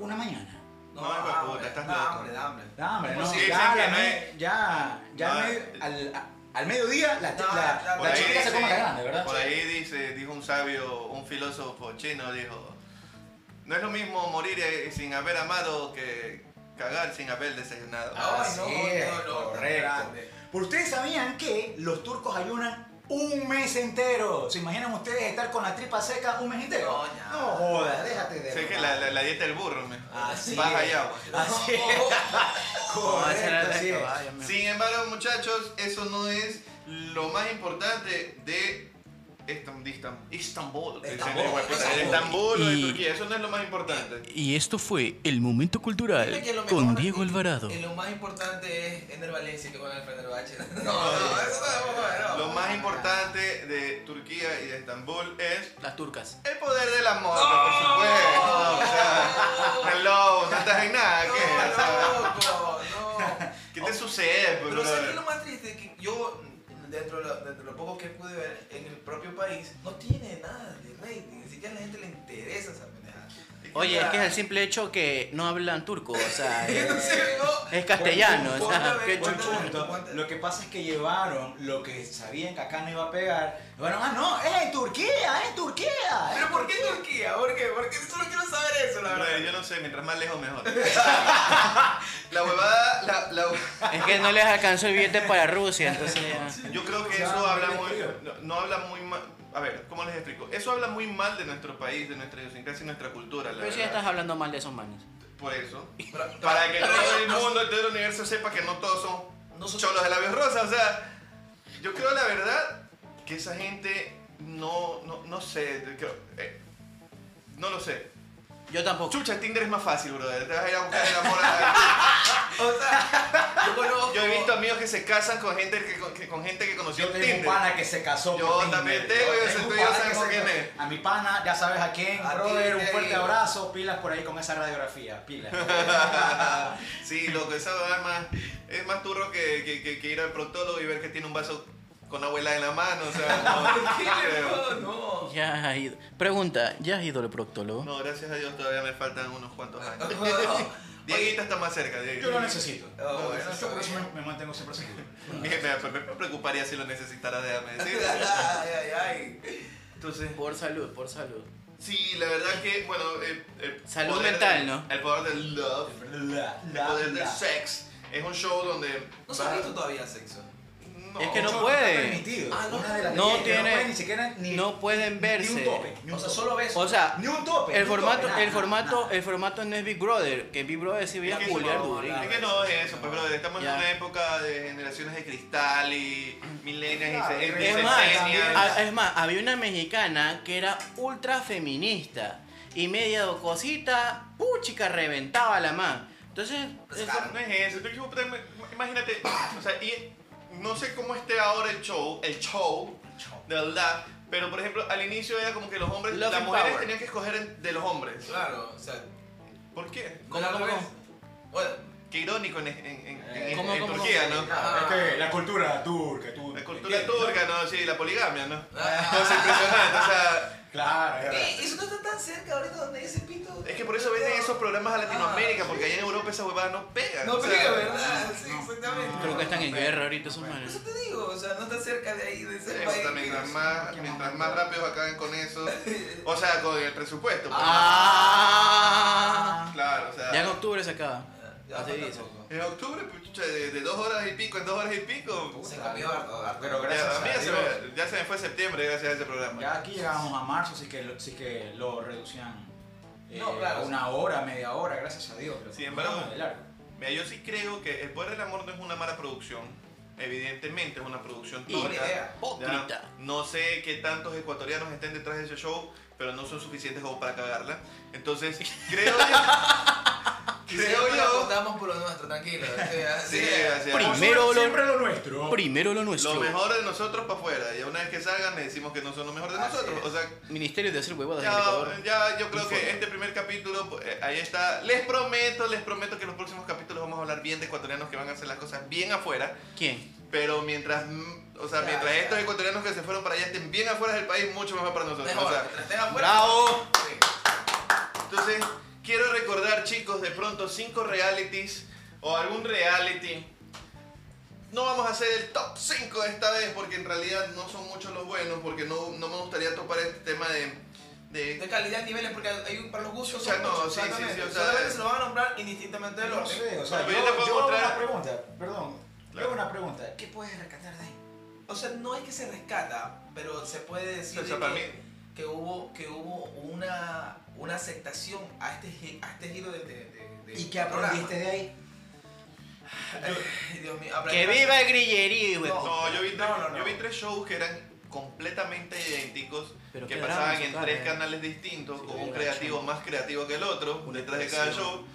D: una mañana?
B: No, hijo de puta,
C: hambre,
B: estás
C: da
B: loco.
C: hambre, da hambre.
D: No, hombre,
B: Como
D: no.
B: si
D: ya,
B: dicen
D: a
B: que
D: la
B: no
D: me-
B: es-
D: ya, ya
B: No,
D: al medio- al, a- al mediodía la,
C: No,
D: la-
C: la-
D: la
B: Por ahí
D: chiquita se
B: dice-
D: come la grande, ¿verdad?
B: Por ahí dice, dijo un sabio, un filósofo chino, dijo, no es lo mismo morir eh, sin haber amado que cagar sin haber desayunado.
C: Ah,
D: Así
C: no,
D: es,
C: no, no,
D: correcto.
C: grande.
D: Pero ustedes sabían que los turcos ayunan un mes entero. ¿Se imaginan ustedes estar con la tripa seca un mes entero?
C: No, ya.
D: jodas, déjate de.
B: sé que la, la- la dieta del burro, me.
C: Ah,
D: Así
B: Paja y
D: es.
B: agua.
D: Así es. Correcto, así es.
B: Sin embargo, muchachos, eso no es lo más importante de Istam- de Istam- Istambul. Dicen,
D: Estambul,
B: hijo de puta, de
D: Estambul.
B: Istambul o de
E: Y-
B: Turquía. Eso no es lo más importante.
E: Y esto fue el momento cultural
C: Dime que lo
E: con
C: mejor
E: Diego
C: y-
E: Alvarado.
C: Y lo más importante es Ender Valencia que juega en el Fenerbahce. No, no, eso no vamos a ver, no.
B: Lo más importante de Turquía y de Estambul es
E: Las turcas.
B: El poder del amor, por supuesto. O sea, hello, no estás en nada, ¿qué? O sea,
C: No, loco, no.
B: ¿Qué te sucede, pues,
C: Pero ¿sabes qué es lo
B: brother?
C: más triste? Que yo, dentro de, lo, dentro de lo poco que pude ver en el propio país, no tiene nada de rating. Ni siquiera a la gente le interesa esa pendeja.
E: Oye, es que es el simple hecho que no hablan turco, o sea,
C: No
E: es,
C: sé, no.
E: es castellano.
C: Ponte
E: o sea,
C: a ver,
E: qué
D: Buen
C: ponte a ver,
E: chucha.
D: punto.
C: ponte-
D: Lo que pasa es que llevaron lo que sabían que acá no iba a pegar. Llevaron, ah, no, es en Turquía, es en Turquía. es
C: ¿Pero por qué Turquía? ¿Por qué? Porque solo quiero saber eso, la
B: Brother,
C: verdad.
B: yo no sé, mientras más lejos mejor. La huevada, la, la hu-
E: Es que no les alcanzó el billete para Rusia, entonces ya.
B: yo creo que
D: Ya,
B: eso habla
D: ya
B: muy,
D: frío.
B: no, no habla muy mal, a ver, ¿cómo les explico? Eso habla muy mal de nuestro país, de nuestra idiosincrasia y nuestra cultura, la
E: Pero si ya estás
B: verdad.
E: hablando mal de esos manes.
B: Por eso,
C: Pero-
B: para que
C: pero-
B: todo el mundo, todo el universo sepa que no todos son
C: Nosotros-
B: cholos de labios rosas. O sea, yo creo la verdad que esa gente no, no, no sé, yo creo- eh, no lo sé.
E: Yo tampoco.
B: Chucha, Tinder es más fácil, brother. Te vas a ir a buscar el amor a
C: O sea, yo
B: amigos que se casan con gente que, con, que- con gente que conoció
D: Yo
B: en
D: tengo un
B: Tinder.
D: pana que se casó
B: Yo
D: por Tinder.
B: también tengo, yo sé,
D: un
B: tú ya
D: pana
B: sabes
D: que
B: con
D: se
B: quién
D: casó.
B: es.
D: A mi pana, ya sabes a quién,
C: A ti,
D: brother, un
C: te
D: fuerte
C: digo.
D: abrazo, pilas por ahí con esa radiografía, pilas.
B: sí, loco, esa verdad es más, es más turro que, que- que- que ir al proctólogo y ver que tiene un vaso con abuela en la mano. O sea, no,
C: ¿Qué le
B: creo.
C: no? no.
E: Ya has ido. Pregunta, ¿ya has ido al proctólogo?
B: No, gracias a Dios todavía me faltan unos cuantos años. Dieguito
C: Oye,
B: está más cerca, Dieguito.
D: Yo lo necesito.
B: Oh,
C: Ah, bueno,
D: Yo
C: está
D: por eso
C: bien.
D: me, me mantengo siempre seguro.
B: Bien, me, me- me preocuparía si lo necesitara, déjame
C: ay,
B: decir.
C: ay, ay.
B: Entonces,
E: Por salud, por salud.
B: sí, la verdad que, bueno, eh, el
E: Salud
B: poder
E: mental,
B: del-
E: ¿no?
B: El poder del love,
D: La,
B: el
D: la,
B: poder del
D: la.
B: sex, es un show donde...
C: No se ha visto todavía sexo.
B: No.
E: Es que
D: Ocho
E: no puede.
D: está permitido.
C: Ah, no.
D: Una de las
E: No
D: leyes que
E: tiene-
D: pueden ni siquiera ni,
E: no pueden verse.
D: Ni un tope. Ni un- o sea, solo besos.
E: O sea,
D: ni un tope.
E: El
D: ni un
E: formato,
D: tope, nada,
E: el
D: nada,
E: formato,
D: nada.
E: el formato no es Big Brother, que Big Brother sí veía
B: Es que
E: culiar
B: no,
E: durísimo.
B: Es que no es eso, pues, brother, estamos
E: Ya.
B: en una época de generaciones de cristal y milenias
D: Claro,
B: y se-
D: es
B: y
E: Es
D: Ese
E: más,
B: centennials.
E: a- es más, había una mexicana que era ultra feminista y media cosita, puchica, reventaba la man. Entonces,
B: Eso
E: eso-
B: no es eso. Yo, puta, im- Imagínate, o sea, y no sé cómo esté ahora el show, el show, de verdad, pero por ejemplo, al inicio era como que los hombres,
E: Love
B: las
E: and
B: mujeres
E: power.
B: tenían que escoger en- de los hombres.
C: Claro, o sea,
B: ¿Por qué?
C: ¿cómo lo ves? Bueno,
B: Qué irónico en, en, en- en-
D: Eh,
B: en-
E: ¿cómo,
B: en
E: cómo,
B: Turquía,
E: cómo?
B: ¿no?
D: Ah, Es que la cultura turca, tú.
B: La cultura turca, ¿no? Sí, la poligamia, ¿no?
C: ah,
B: Es impresionante, o sea...
D: Claro, claro.
C: eh, eso no está tan cerca ahorita donde ese pito.
B: Es que por eso venden esos programas a Latinoamérica, porque allá en Europa esas huevadas no pegan.
C: No
B: o sea, eh,
C: pega, ¿verdad? Ah, Sí, exactamente.
E: creo que están en
B: Pues
E: guerra ahorita esos
C: Por
E: manes.
C: Eso te digo, o sea, no está cerca de ahí, de ese país.
B: Eso también, mientras más, mientras más rápido acaben con eso, o sea, con el presupuesto. pues.
E: Ah.
B: Claro, o sea,
E: Ya en octubre se acaba.
C: Ah, Ya,
E: Así
C: falta
E: dice.
C: poco.
B: en octubre, pues, chucha, de, de dos horas y pico en dos horas y pico.
C: Se cambió harto, harto.
D: Pero
B: Ya,
D: gracias
B: a mí ya,
D: a
B: se
D: Dios.
B: me, ya se me fue septiembre gracias a ese programa.
D: Ya aquí llegábamos a marzo, así que lo, sí que lo reducían eh,
C: No, claro.
D: a una hora, media hora, gracias a Dios. pero
B: Sin embargo,
D: no, de largo.
B: Mira, yo sí creo que El Poder del Amor no es una mala producción. Evidentemente es una producción
E: Y-
B: turca.
C: idea.
E: Hipócrita.
B: Ya, No sé qué tantos ecuatorianos estén detrás de ese show, pero no son suficientes como para cagarla. Entonces, creo yo. creo
C: Creo que
B: yo.
C: contamos por lo nuestro, tranquilo. o sea,
B: Sí,
C: sí.
B: o sea,
E: Prim- Primero
D: Como
E: lo-
D: siempre lo nuestro.
E: Primero lo
B: lo
E: nuestro.
B: mejor de nosotros para afuera. Y una vez que salgan, le decimos que no son lo mejor de
C: Así
B: nosotros.
C: es.
B: O sea,
E: Ministerio de hacer huevadas en Ecuador.
B: ya, ya yo creo que
E: Informe.
B: este primer capítulo, pues, eh, ahí está. Les prometo, les prometo que en los próximos capítulos vamos a hablar bien de ecuatorianos que van a hacer las cosas bien afuera.
E: ¿Quién?
B: Pero mientras, mm, o sea,
C: Ya,
B: mientras
C: ya.
B: estos ecuatorianos que se fueron para allá estén bien afuera del país, mucho mejor para nosotros.
C: Mejor,
B: O sea,
C: mientras estén afuera.
B: ¡Bravo!
C: Sí.
B: Entonces, quiero recordar, chicos, de pronto cinco realities o algún reality. No vamos a hacer el top 5 esta vez porque en realidad no son muchos los buenos, porque no, no me gustaría topar este tema de... de-
C: De calidad, niveles, porque hay un para los gustos.
B: O sea,
C: son
B: no,
C: muchos,
B: sí, sí, sí,
C: exactamente.
B: o sea,
C: Solamente se lo van a nombrar indistintamente del
D: No
C: orden.
D: sé, o sea, yo,
B: Pero yo te puedo
D: yo hago
B: mostrar-
D: una pregunta, perdón. yo
B: Claro.
D: hago una pregunta. ¿Qué puedes rescatar de ahí?
C: O sea, no es que se rescata, pero se puede decir
B: o sea,
C: de
B: para mí...
C: que, que hubo, que hubo una, una aceptación a este, gi- a este giro de, de, de- de
D: ¿Y qué aprendiste de ahí?
C: programa. Ay, Dios mío,
E: Que
C: aprendí-
E: viva el grillerío, güey.
C: No.
B: No, yo vi, tres,
C: No, no, no.
B: yo vi tres shows que eran completamente idénticos,
E: Pero
B: que
E: qué drama
B: pasaban
E: su
B: en
E: cara,
B: tres
E: eh.
B: canales distintos,
E: Sí,
B: con un
E: era
B: creativo
E: chamo.
B: más creativo que el otro,
E: Una
B: detrás de cada
E: impresión.
B: show,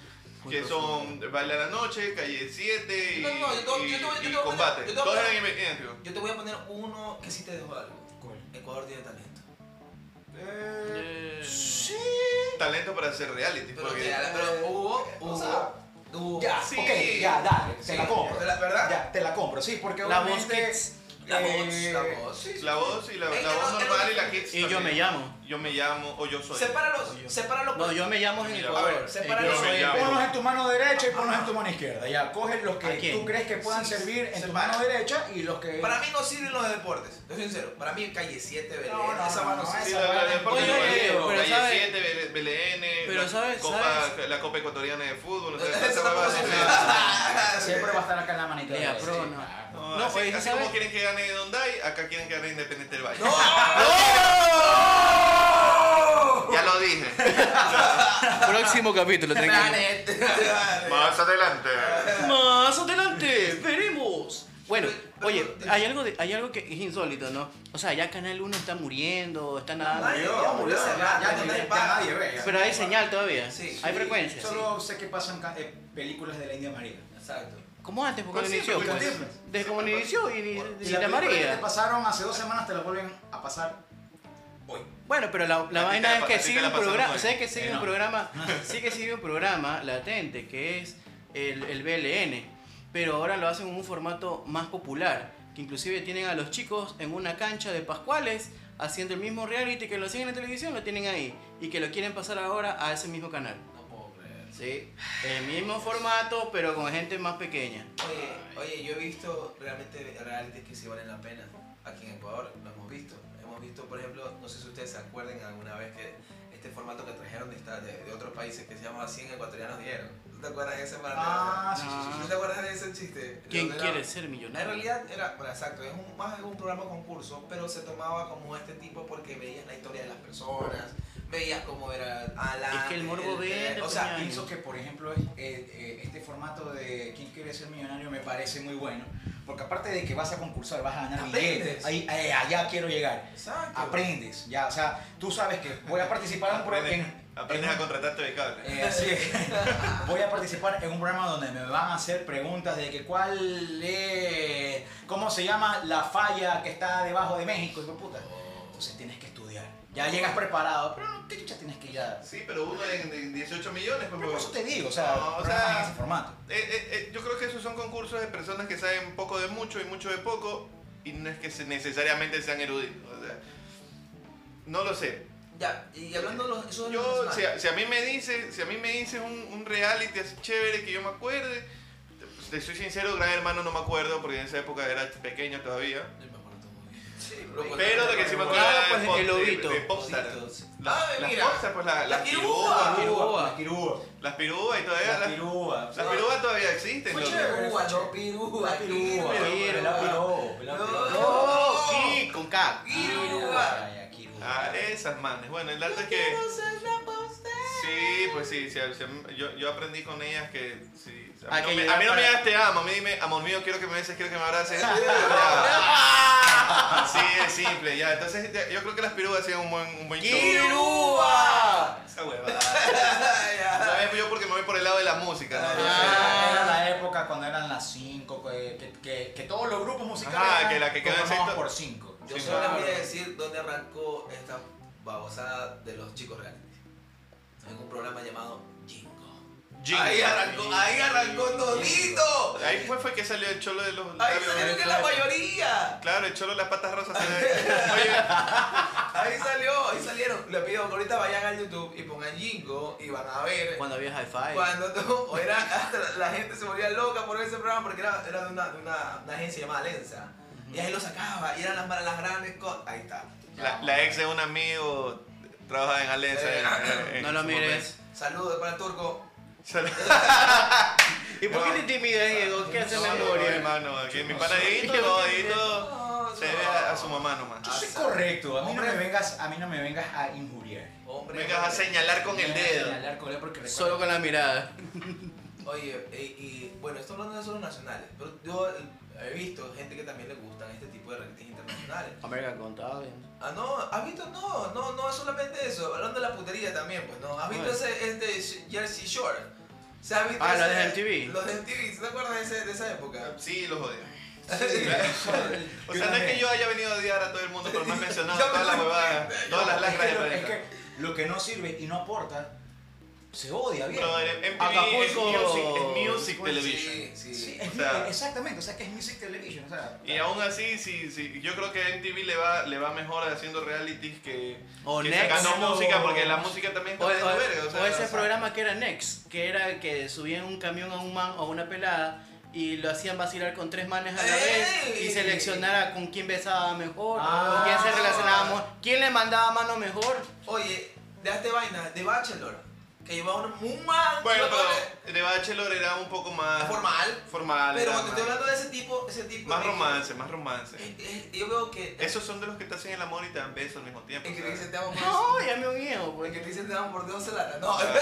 E: Muy
B: que son
E: profundo.
B: Baila la Noche, Calle 7 y,
C: No, no, yo te voy- yo te voy- yo te
B: y
C: voy a poner-
B: Combate.
C: yo te voy a
B: Todos
C: poner-
B: eran idénticos.
C: Yo te voy a poner uno que sí te dejó algo. Ecuador tiene talento.
D: Eh,
E: Sí.
B: Talento para hacer reality.
C: Pero,
B: porque-
C: te- pero hubo,
D: eh,
C: hubo,
D: o sea,
C: hubo.
D: Ya,
B: Sí.
D: ok, ya, dale,
C: Sí,
D: te la compro.
C: ¿verdad? ¿Verdad?
D: Ya, te la compro, sí, porque
E: La voz
D: obviamente...
E: kids.
C: La
D: eh,
C: voz, la voz. sí, sí,
B: la
C: sí.
B: voz y la,
C: Es
B: la voz
C: que no- es
B: normal
C: lo
B: y la
C: que-
B: kids.
E: Y yo
B: también.
E: me llamo.
B: Yo me llamo o yo soy.
C: Sepáralos, sepáralos.
E: No, yo me llamo en
B: Yo-
E: Ecuador.
C: a ver, separa
E: Eh, yo
B: los-
E: soy
B: ya,
E: Perú.
D: Ponlos en tu mano derecha y ponlos en tu mano izquierda. Ya, coges los
E: ¿A
D: que
E: quién?
D: tú crees que puedan
C: Sí, sí,
D: servir en tu
C: separa.
D: mano derecha y los que...
C: Para mí no sirven los de deportes, te soy sincero. Para mí calle 7, Belén,
D: No, no,
C: esa
D: no,
C: mano
D: no,
C: sí
D: esa
B: Sí,
C: sirve.
B: la- la- la-
D: Oye,
B: porque
E: oye,
B: igualito,
E: pero
B: Calle
E: sabes-
B: 7, B- BLN,
E: pero
B: la,
E: sabes-
B: Copa,
E: sabes-
B: la Copa Ecuatoriana de Fútbol. O sea,
C: Esa
B: esa
C: tampoco
B: huevada
C: sirve.
B: no sirve.
D: Siempre va a estar acá en la manita
E: Lea,
D: derecha,
E: pro,
D: sí,
E: no.
D: claro.
B: No,
E: No,
B: así,
D: pues,
E: oye,
B: así
E: ¿sabes?
B: como quieren que gane Donday, acá quieren que gane Independiente del Valle. Ya lo dije.
E: Próximo capítulo, tranquilo.
C: Planet.
B: Más adelante.
E: Más adelante, veremos. Bueno,
C: Pero-
E: Oye, hay algo, de- hay algo que es insólito, ¿no? O sea, ya Canal 1 está muriendo, está nada.
C: Nadie- ya murió esa
D: ya,
C: lata,
D: ya
C: ni
D: nadie-
C: le
D: ya
C: paga.
D: nadie ve, ya.
E: Pero hay señal todavía.
C: Sí.
E: hay frecuencia.
D: Solo sé que pasan ca- eh, películas de la India María.
C: Exacto.
E: Como antes, porque
B: Pues sí,
E: inició.
B: porque
E: pues.
B: siempre.
E: Desde como inició y ni, ni
D: Y la
E: la
D: película que te
E: María.
D: pasaron hace dos semanas te la vuelven a pasar.
C: Hoy.
E: Bueno, pero la, la
B: la
E: vaina es
B: pa- a
E: que
B: ti te
E: sigue
B: la
E: un
B: pasaron
E: programa,
B: hoy.
E: sé que sigue
D: Eh,
E: un
D: no.
E: programa, sí que sigue un programa latente que es el, el BLN, pero ahora lo hacen en un formato más popular, que inclusive tienen a los chicos en una cancha de Pascuales haciendo el mismo reality que lo hacían en la televisión, lo tienen ahí y que lo quieren pasar ahora a ese mismo canal.
C: No puedo creer.
E: Sí, el mismo formato pero con gente más pequeña.
C: Oye, oye, yo he visto realmente realities que sí valen la pena. Aquí en Ecuador lo hemos visto. Hemos visto, por ejemplo, no sé si ustedes se acuerden alguna vez que este formato que trajeron de, esta- de, de otros países que se llama 100 ecuatorianos dieron. ¿Tú te acuerdas de ese para
D: Ah, sí,
E: sí, sí, sí.
C: ¿Tú te acuerdas de ese chiste?
E: ¿Quién
C: Donde era-
E: quiere ser
C: En
E: millonario?
C: realidad era, bueno, exacto, es un, más un programa concurso, pero se tomaba como este tipo porque veías la historia de las personas, veías cómo era Alan.
E: Es que el morbo vende,
C: O
E: pues,
C: sea,
E: ya.
D: Pienso que, por ejemplo, es- eh, eh, este formato de quién quiere ser millonario me parece muy bueno. Porque aparte de que vas a concursar, vas a ganar dinero.
C: Aprendes.
D: Ahí, eh, allá quiero llegar.
C: exacto.
D: Aprendes, ya. O sea, tú sabes que voy a participar en un pro-
B: Aprendes,
D: en-
B: aprendes
D: en-
B: a contratarte de cable.
D: Eh, así es. Voy a participar en un programa donde me van a hacer preguntas de que cuál es, cómo se llama la falla que está debajo de México, hijo de puta. Entonces tienes que estudiar. Ya llegas preparado, pero no, ¿qué chucha tienes que ir a-
B: Sí, pero uno en, en 18 millones, pues,
D: Pero por
B: huevón.
D: eso te digo, o sea,
B: No, o
D: programas
B: sea,
D: en ese formato.
B: Eh, eh, eh, yo creo que esos son concursos de personas que saben poco de mucho y mucho de poco y no es que se- necesariamente sean eruditos. o sea, no lo sé.
C: Ya, y hablando de los, eso de los
B: Yo, si
C: personajes.
B: a, si a mí me dices si a mí me dices un, un reality así chévere que yo me acuerde, te, pues, te soy sincero, Gran Hermano no me acuerdo porque en esa época era pequeño todavía.
C: Yo me acuerdo muy bien.
B: Pero lo que sí me acuerdo
E: Claro,
B: era
E: pues,
B: de Pop-
E: el
B: de-
E: lobito.
B: de Popstar.
C: Ah,
B: Las
C: mira.
B: Popstar, pues la-
C: La
B: las pirúas.
C: pirúa.
E: pirúa.
D: La pirúa.
B: Las pirúas y todavía
D: La
B: las
D: pirúa.
B: las pirúas todavía existen.
C: Fue
B: loco.
C: chévere.
D: La pirúa. La pirúa.
E: pirúa.
D: La pirúa. La pirúa.
B: ¡Oh!
E: Sí, con K.
C: Pirúa.
D: Ay, aquí, pirúa.
B: Ah, esas manes. Bueno, el dato es que. Sí, pues sí, sí, sí, yo, yo aprendí con ellas que. sí,
E: Ah,
B: a, mí
E: que
B: no me, a
E: llegan
B: mí no me
E: para-
B: digas te amo, a mí dime, amor mío, quiero que me beses, quiero que me abraces. Ya. Así es simple, ya. Entonces, ya, yo creo que las pirúas hacían un buen, un buen show.
E: ¡Kirúa!
B: Esa huevada. ¿Sabes? Yo porque me voy por el lado de la música, ¿no?
E: Ah.
D: Era la época cuando eran las 5, que, que, que, que todos los grupos musicales
B: Ajá,
D: eran
B: que la que quedó en
D: conformados
B: sexto-
D: por 5.
C: Yo
B: Sí,
C: solo les
B: claro.
C: voy a decir dónde arrancó esta babosada de los chicos reality. En un programa llamado Jingo.
B: Jingo.
C: Ahí arrancó, ahí arrancó todito.
B: Ahí fue, fue que salió el cholo de los.
C: Ahí
B: labios.
C: salió que la mayoría.
B: Claro, el cholo de las patas rosas. Oye,
C: Ahí salió, ahí salieron. Les pido que ahorita vayan a YouTube y pongan Jingo y van a ver.
E: Cuando había hi-fi.
C: Cuando tú- o era, hasta la- la gente se volvía loca por ver ese programa porque era, era de, una, de una, una agencia llamada Lenza. Y ahí lo sacaba y eran las, las grandes cosas. Ahí está.
B: la, la ex de un amigo trabaja en Alenza.
C: Eh,
B: en- en-
E: No lo
B: en su
E: mires.
C: pues, Saludos para el turco.
B: momento.
E: ¿Y por qué te intimidas, Diego? ¿Qué hace
B: No,
E: la
B: no,
E: memoria?
B: hermano, aquí mi pana Dieguito, no, Dieguito
C: Oh,
B: se ve a, a su mamá nomás.
D: Yo soy
C: Ah,
D: correcto, a mí, no
C: hombre.
D: me vengas, a mí no me vengas a injuriar.
C: Hombre,
B: Me vas a
C: hombre.
B: señalar con el
D: Me vengas a
B: dedo.
D: señalar con él porque recuerda-
E: Solo con la mirada.
C: Oye, y, y, bueno, esto hablando de solo nacionales, pero yo eh, he visto gente que también le gustan este tipo de realities internacionales.
E: American Contable.
C: Ah, no, ¿has visto? No, no, no es solamente eso. Hablando de la putería también, pues, ¿no? ¿Has visto
E: Bueno.
C: ese, este Sh- Jersey Shore? ¿Se has visto
E: Ah, los
C: ese-
E: de MTV.
C: Los de MTV, ¿te acuerdas de, ese- de esa época?
B: Sí, los odio. O
D: Yo
B: sea, no es que
D: también.
B: yo haya venido a odiar a todo el mundo, pero me has mencionado
C: Yo
B: todas las
C: me-
B: huevadas, todas las
D: es que,
B: lacras del
D: lo, es
B: planeta.
D: que lo que no sirve y no aporta, se odia bien.
B: Pero en MTV es
E: Acapulco-
B: music, es music television.
C: Sí, sí.
D: Sí,
B: o
D: es
B: sea-
D: mi- exactamente, o sea que es Music Television. O sea,
B: Y aún así, sí, sí, yo creo que a MTV le va, le va mejor haciendo realities que,
E: O
B: que
E: Next.
B: sacando
D: Haciendo-
B: música, porque la música también
E: O,
B: está
E: o-
B: haciendo verga. o sea,
E: o ese
B: o sea,
E: programa que era Next, que era que subían un camión a un man o a una pelada y lo hacían vacilar con tres manes a la vez
C: ¡Ey!
E: y seleccionara con quién besaba mejor,
D: Ah.
E: con quién se relacionaba mejor, quién le mandaba mano mejor.
C: Oye, dejaste vaina de Bachelor, que llevaba un, un man.
B: Bueno,
C: una madre
B: pero The Bachelor era un poco más
C: Formal.
B: formal.
C: Pero
B: era
C: cuando estoy
B: más-
C: hablando de ese tipo, ese tipo.
B: Más
C: de-
B: romance, más romance.
C: Eh, eh, Yo veo que.
B: Esos son de los que te hacen el amor y te dan besos al mismo tiempo.
C: El que te
B: ¿sabes?
C: dice te amo pues". por
E: No, ya me unió,
C: El
E: pues.
C: que te dice te amo
B: Ah.
C: por Dios se la. No, no, no,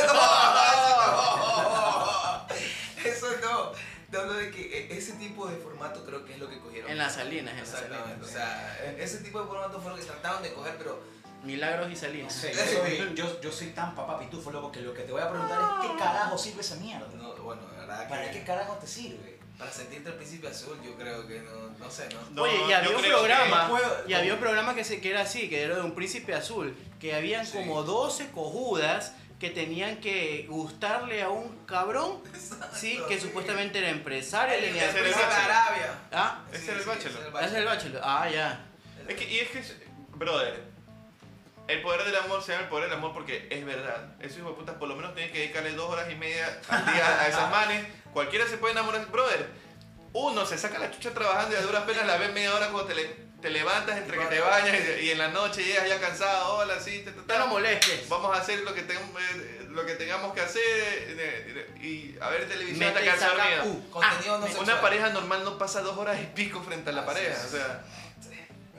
C: eso no. te hablo de que e- ese tipo de formato creo que es lo que cogieron.
E: En las salinas, en las
C: Exactamente.
E: salinas.
C: O sea, e- ese tipo de formato fue lo que trataron de coger, pero
E: Milagros y
D: No
E: salinas.
D: sé, yo soy, yo, yo soy tan papá pitufo, loco, que lo que te voy a preguntar es ¿qué carajo sirve esa mierda?
C: no, bueno, de verdad que.
D: ¿Para qué carajo te sirve?
C: Para sentirte el príncipe azul, yo creo que no, no sé, ¿no?
B: No,
E: Oye, y
B: yo
E: había un
B: creo que-
E: programa,
D: no puedo-
E: y había un programa que, se, que era así, que era de un príncipe azul, que habían
C: Sí.
E: como 12 cojudas que tenían que gustarle a un cabrón, sí, que
C: sí.
E: supuestamente era empresario,
C: El
E: tenía...
B: ese era
C: príncipe
B: el
C: de
B: bachelor.
C: Pues, Arabia.
E: ¿Ah?
B: Ese era el bachelor.
E: ¿Es el bachelor? Ah, ya.
B: Es que, y es que, es- brother, el poder del amor se llama el poder del amor porque es verdad. Esos hijos de putas por lo menos tienen que dedicarle dos horas y media al día a esas manes. Cualquiera se puede enamorar, brother. Uno se saca la chucha trabajando y a duras penas la ves media hora cuando te, le- te levantas entre que te bañas y, y en la noche llegas ya cansado, hola, sí, te,
E: No lo molestes.
B: Vamos a hacer lo que, tengamos- eh, lo que tengamos que hacer eh, eh, y a ver televisión hasta
E: Mete y
B: que se
E: saca
B: dormida.
E: U.
C: Ah, Contenido no sexual.
B: Una pareja normal no pasa dos horas y pico frente a la
C: Ah, sí,
B: pareja.
C: sí,
B: O sea,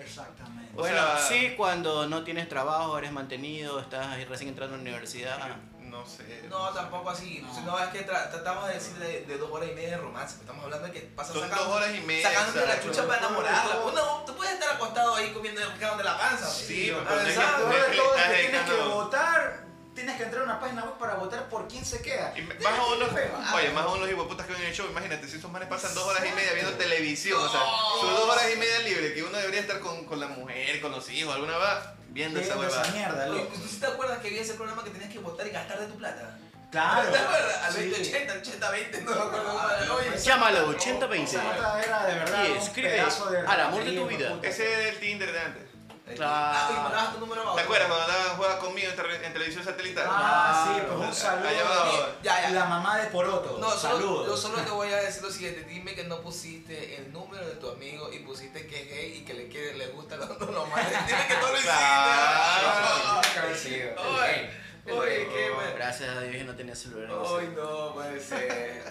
D: Exactamente.
B: O
E: Bueno,
B: sea-
E: sí, cuando no tienes trabajo, eres mantenido, estás ahí recién entrando a la universidad.
B: no sé.
C: No, tampoco así. No,
D: No.
C: si no, es que tra- tratamos de decir de, de dos horas y media de romance. pero Estamos hablando de que pasas
B: Son dos horas y media,
C: Sacándote la
B: exacto.
C: chucha para enamorarla. pues. Uno, tú puedes estar acostado ahí comiendo el pescado de la panza.
B: Sí,
C: pero
B: pero Deja-
D: Exacto, ahora
B: deja-
D: todo es
B: deja
D: que
B: de
D: tienes que
B: ganar.
D: votar, tienes que entrar a una página web para votar por quién se queda.
B: Y me- más o menos,
C: ah.
D: Huevada.
B: oye, más o menos hijueputas que ven en el show, imagínate, si esos manes pasan dos horas y media viendo televisión, o sea, sus dos horas y media libre, que uno debería estar con, con la mujer, con los hijos, alguna va, viendo esa
D: Viendo esa
B: huevada.
D: mierda,
C: ¿Tú,
D: loco.
C: tú sí te acuerdas que había ese programa que tenías que votar y gastar de tu plata?
D: Claro.
C: ¿Te acuerdas? Al
D: Sí.
C: 2080, 80-20, no me acuerdo. Oye,
E: Llámalo,
D: Esa
E: 80-20.
D: nota era de verdad
E: Sí,
D: un
E: escribe
D: pedazo de
E: al amor de tu
D: ratería,
E: vida.
C: pues.
D: puta.
B: Ese era el Tinder de antes.
E: Claro.
C: Ah, y mandabas tu número a
B: ¿Te
C: otro.
B: acuerdas cuando andaban jugando conmigo en, tele- en televisión satelital?
D: Ah, sí,
E: Claro.
D: pues un saludo.
B: Allá abajo.
C: Ya, ya.
D: La mamá de Poroto.
C: No, solo,
D: saludos.
C: yo solo te voy a decir lo siguiente. Dime que no pusiste el número de tu amigo y pusiste que es gay y que le, quiere, le gusta cuando lo mandas. Dime que no lo hiciste.
D: Ah,
B: Claro.
C: Oye, oye, qué bueno.
E: Gracias a Dios yo no tenía celular. en ese
C: Ay, no, puede
D: eh,
C: ser.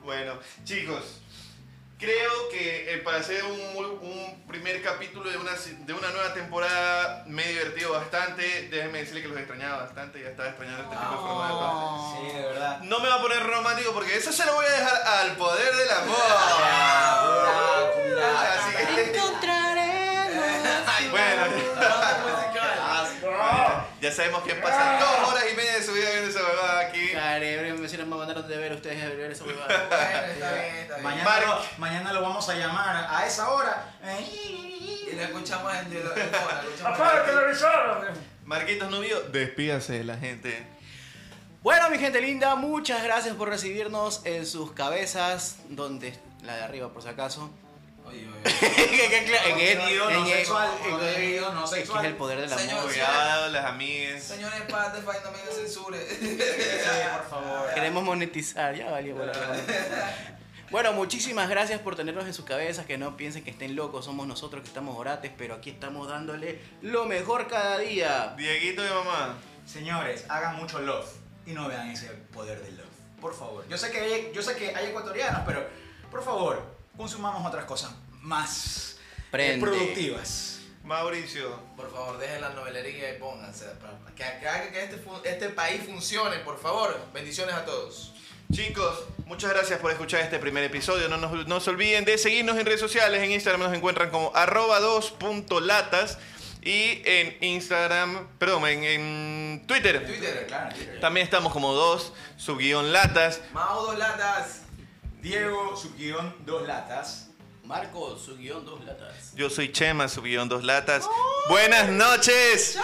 B: Bueno, chicos, creo que eh, para hacer un, muy- un primer capítulo de una, si- de una nueva temporada me he divertido bastante. Déjenme decirle que los extrañaba bastante, ya estaba extrañando este tipo de formato.
D: Sí, de verdad.
B: No me va a poner romántico porque eso se lo voy a dejar al poder del
D: Ah,
B: amor.
D: culaca.
B: Así que bueno, ya sabemos que pasan dos horas y media de su vida viendo esa huevada aquí.
E: Care, me hicieron me mandaron de ver ustedes a ver esa huevada.
C: Está bien, está bien.
D: Mañana
B: Mark.
D: lo, mañana lo vamos a llamar a esa hora.
C: Y le escuchamos en el teléfono.
D: televisor!
B: Marquitos Nubio, despídase de la gente.
E: Bueno, mi gente linda, muchas gracias por recibirnos en sus cabezas, donde la de arriba por si acaso.
C: Oye, oye.
E: en el-
D: Contenido no
E: en el-
D: sexual,
E: en el-
D: contenido no
E: es que
D: sexual.
E: es el poder del amor.
C: Señor,
B: Cuidado, las amigas.
C: Señores, Spotify, no me censure.
D: por favor.
E: Queremos monetizar, ya valió. bueno, ya. Bueno, muchísimas gracias por tenernos en sus cabezas, que no piensen que estén locos, somos nosotros que estamos orates, pero aquí estamos dándole lo mejor cada día.
B: Dieguito de mamá.
D: Señores, hagan mucho love y no vean ese poder del love. Por favor. Yo sé que hay, yo sé que hay ecuatorianos, pero por favor, consumamos otras cosas más eh,
E: Prende.
D: productivas.
B: Mauricio.
C: Por favor, dejen la novelería y pónganse. Para, para que, haga que este, fu- este país funcione, por favor. Bendiciones a todos.
B: Chicos, muchas gracias por escuchar este primer episodio. No, nos, no se olviden de seguirnos en redes sociales. En Instagram nos encuentran como arroba 2.latas y en Instagram, perdón, en, en Twitter.
C: Twitter, claro.
B: También estamos como 2 subguión latas.
C: Mao dos latas.
D: Diego, subguión, dos latas.
E: Marco, su guión, dos latas.
B: Yo soy Chema, subguión 2 latas. Buenas noches.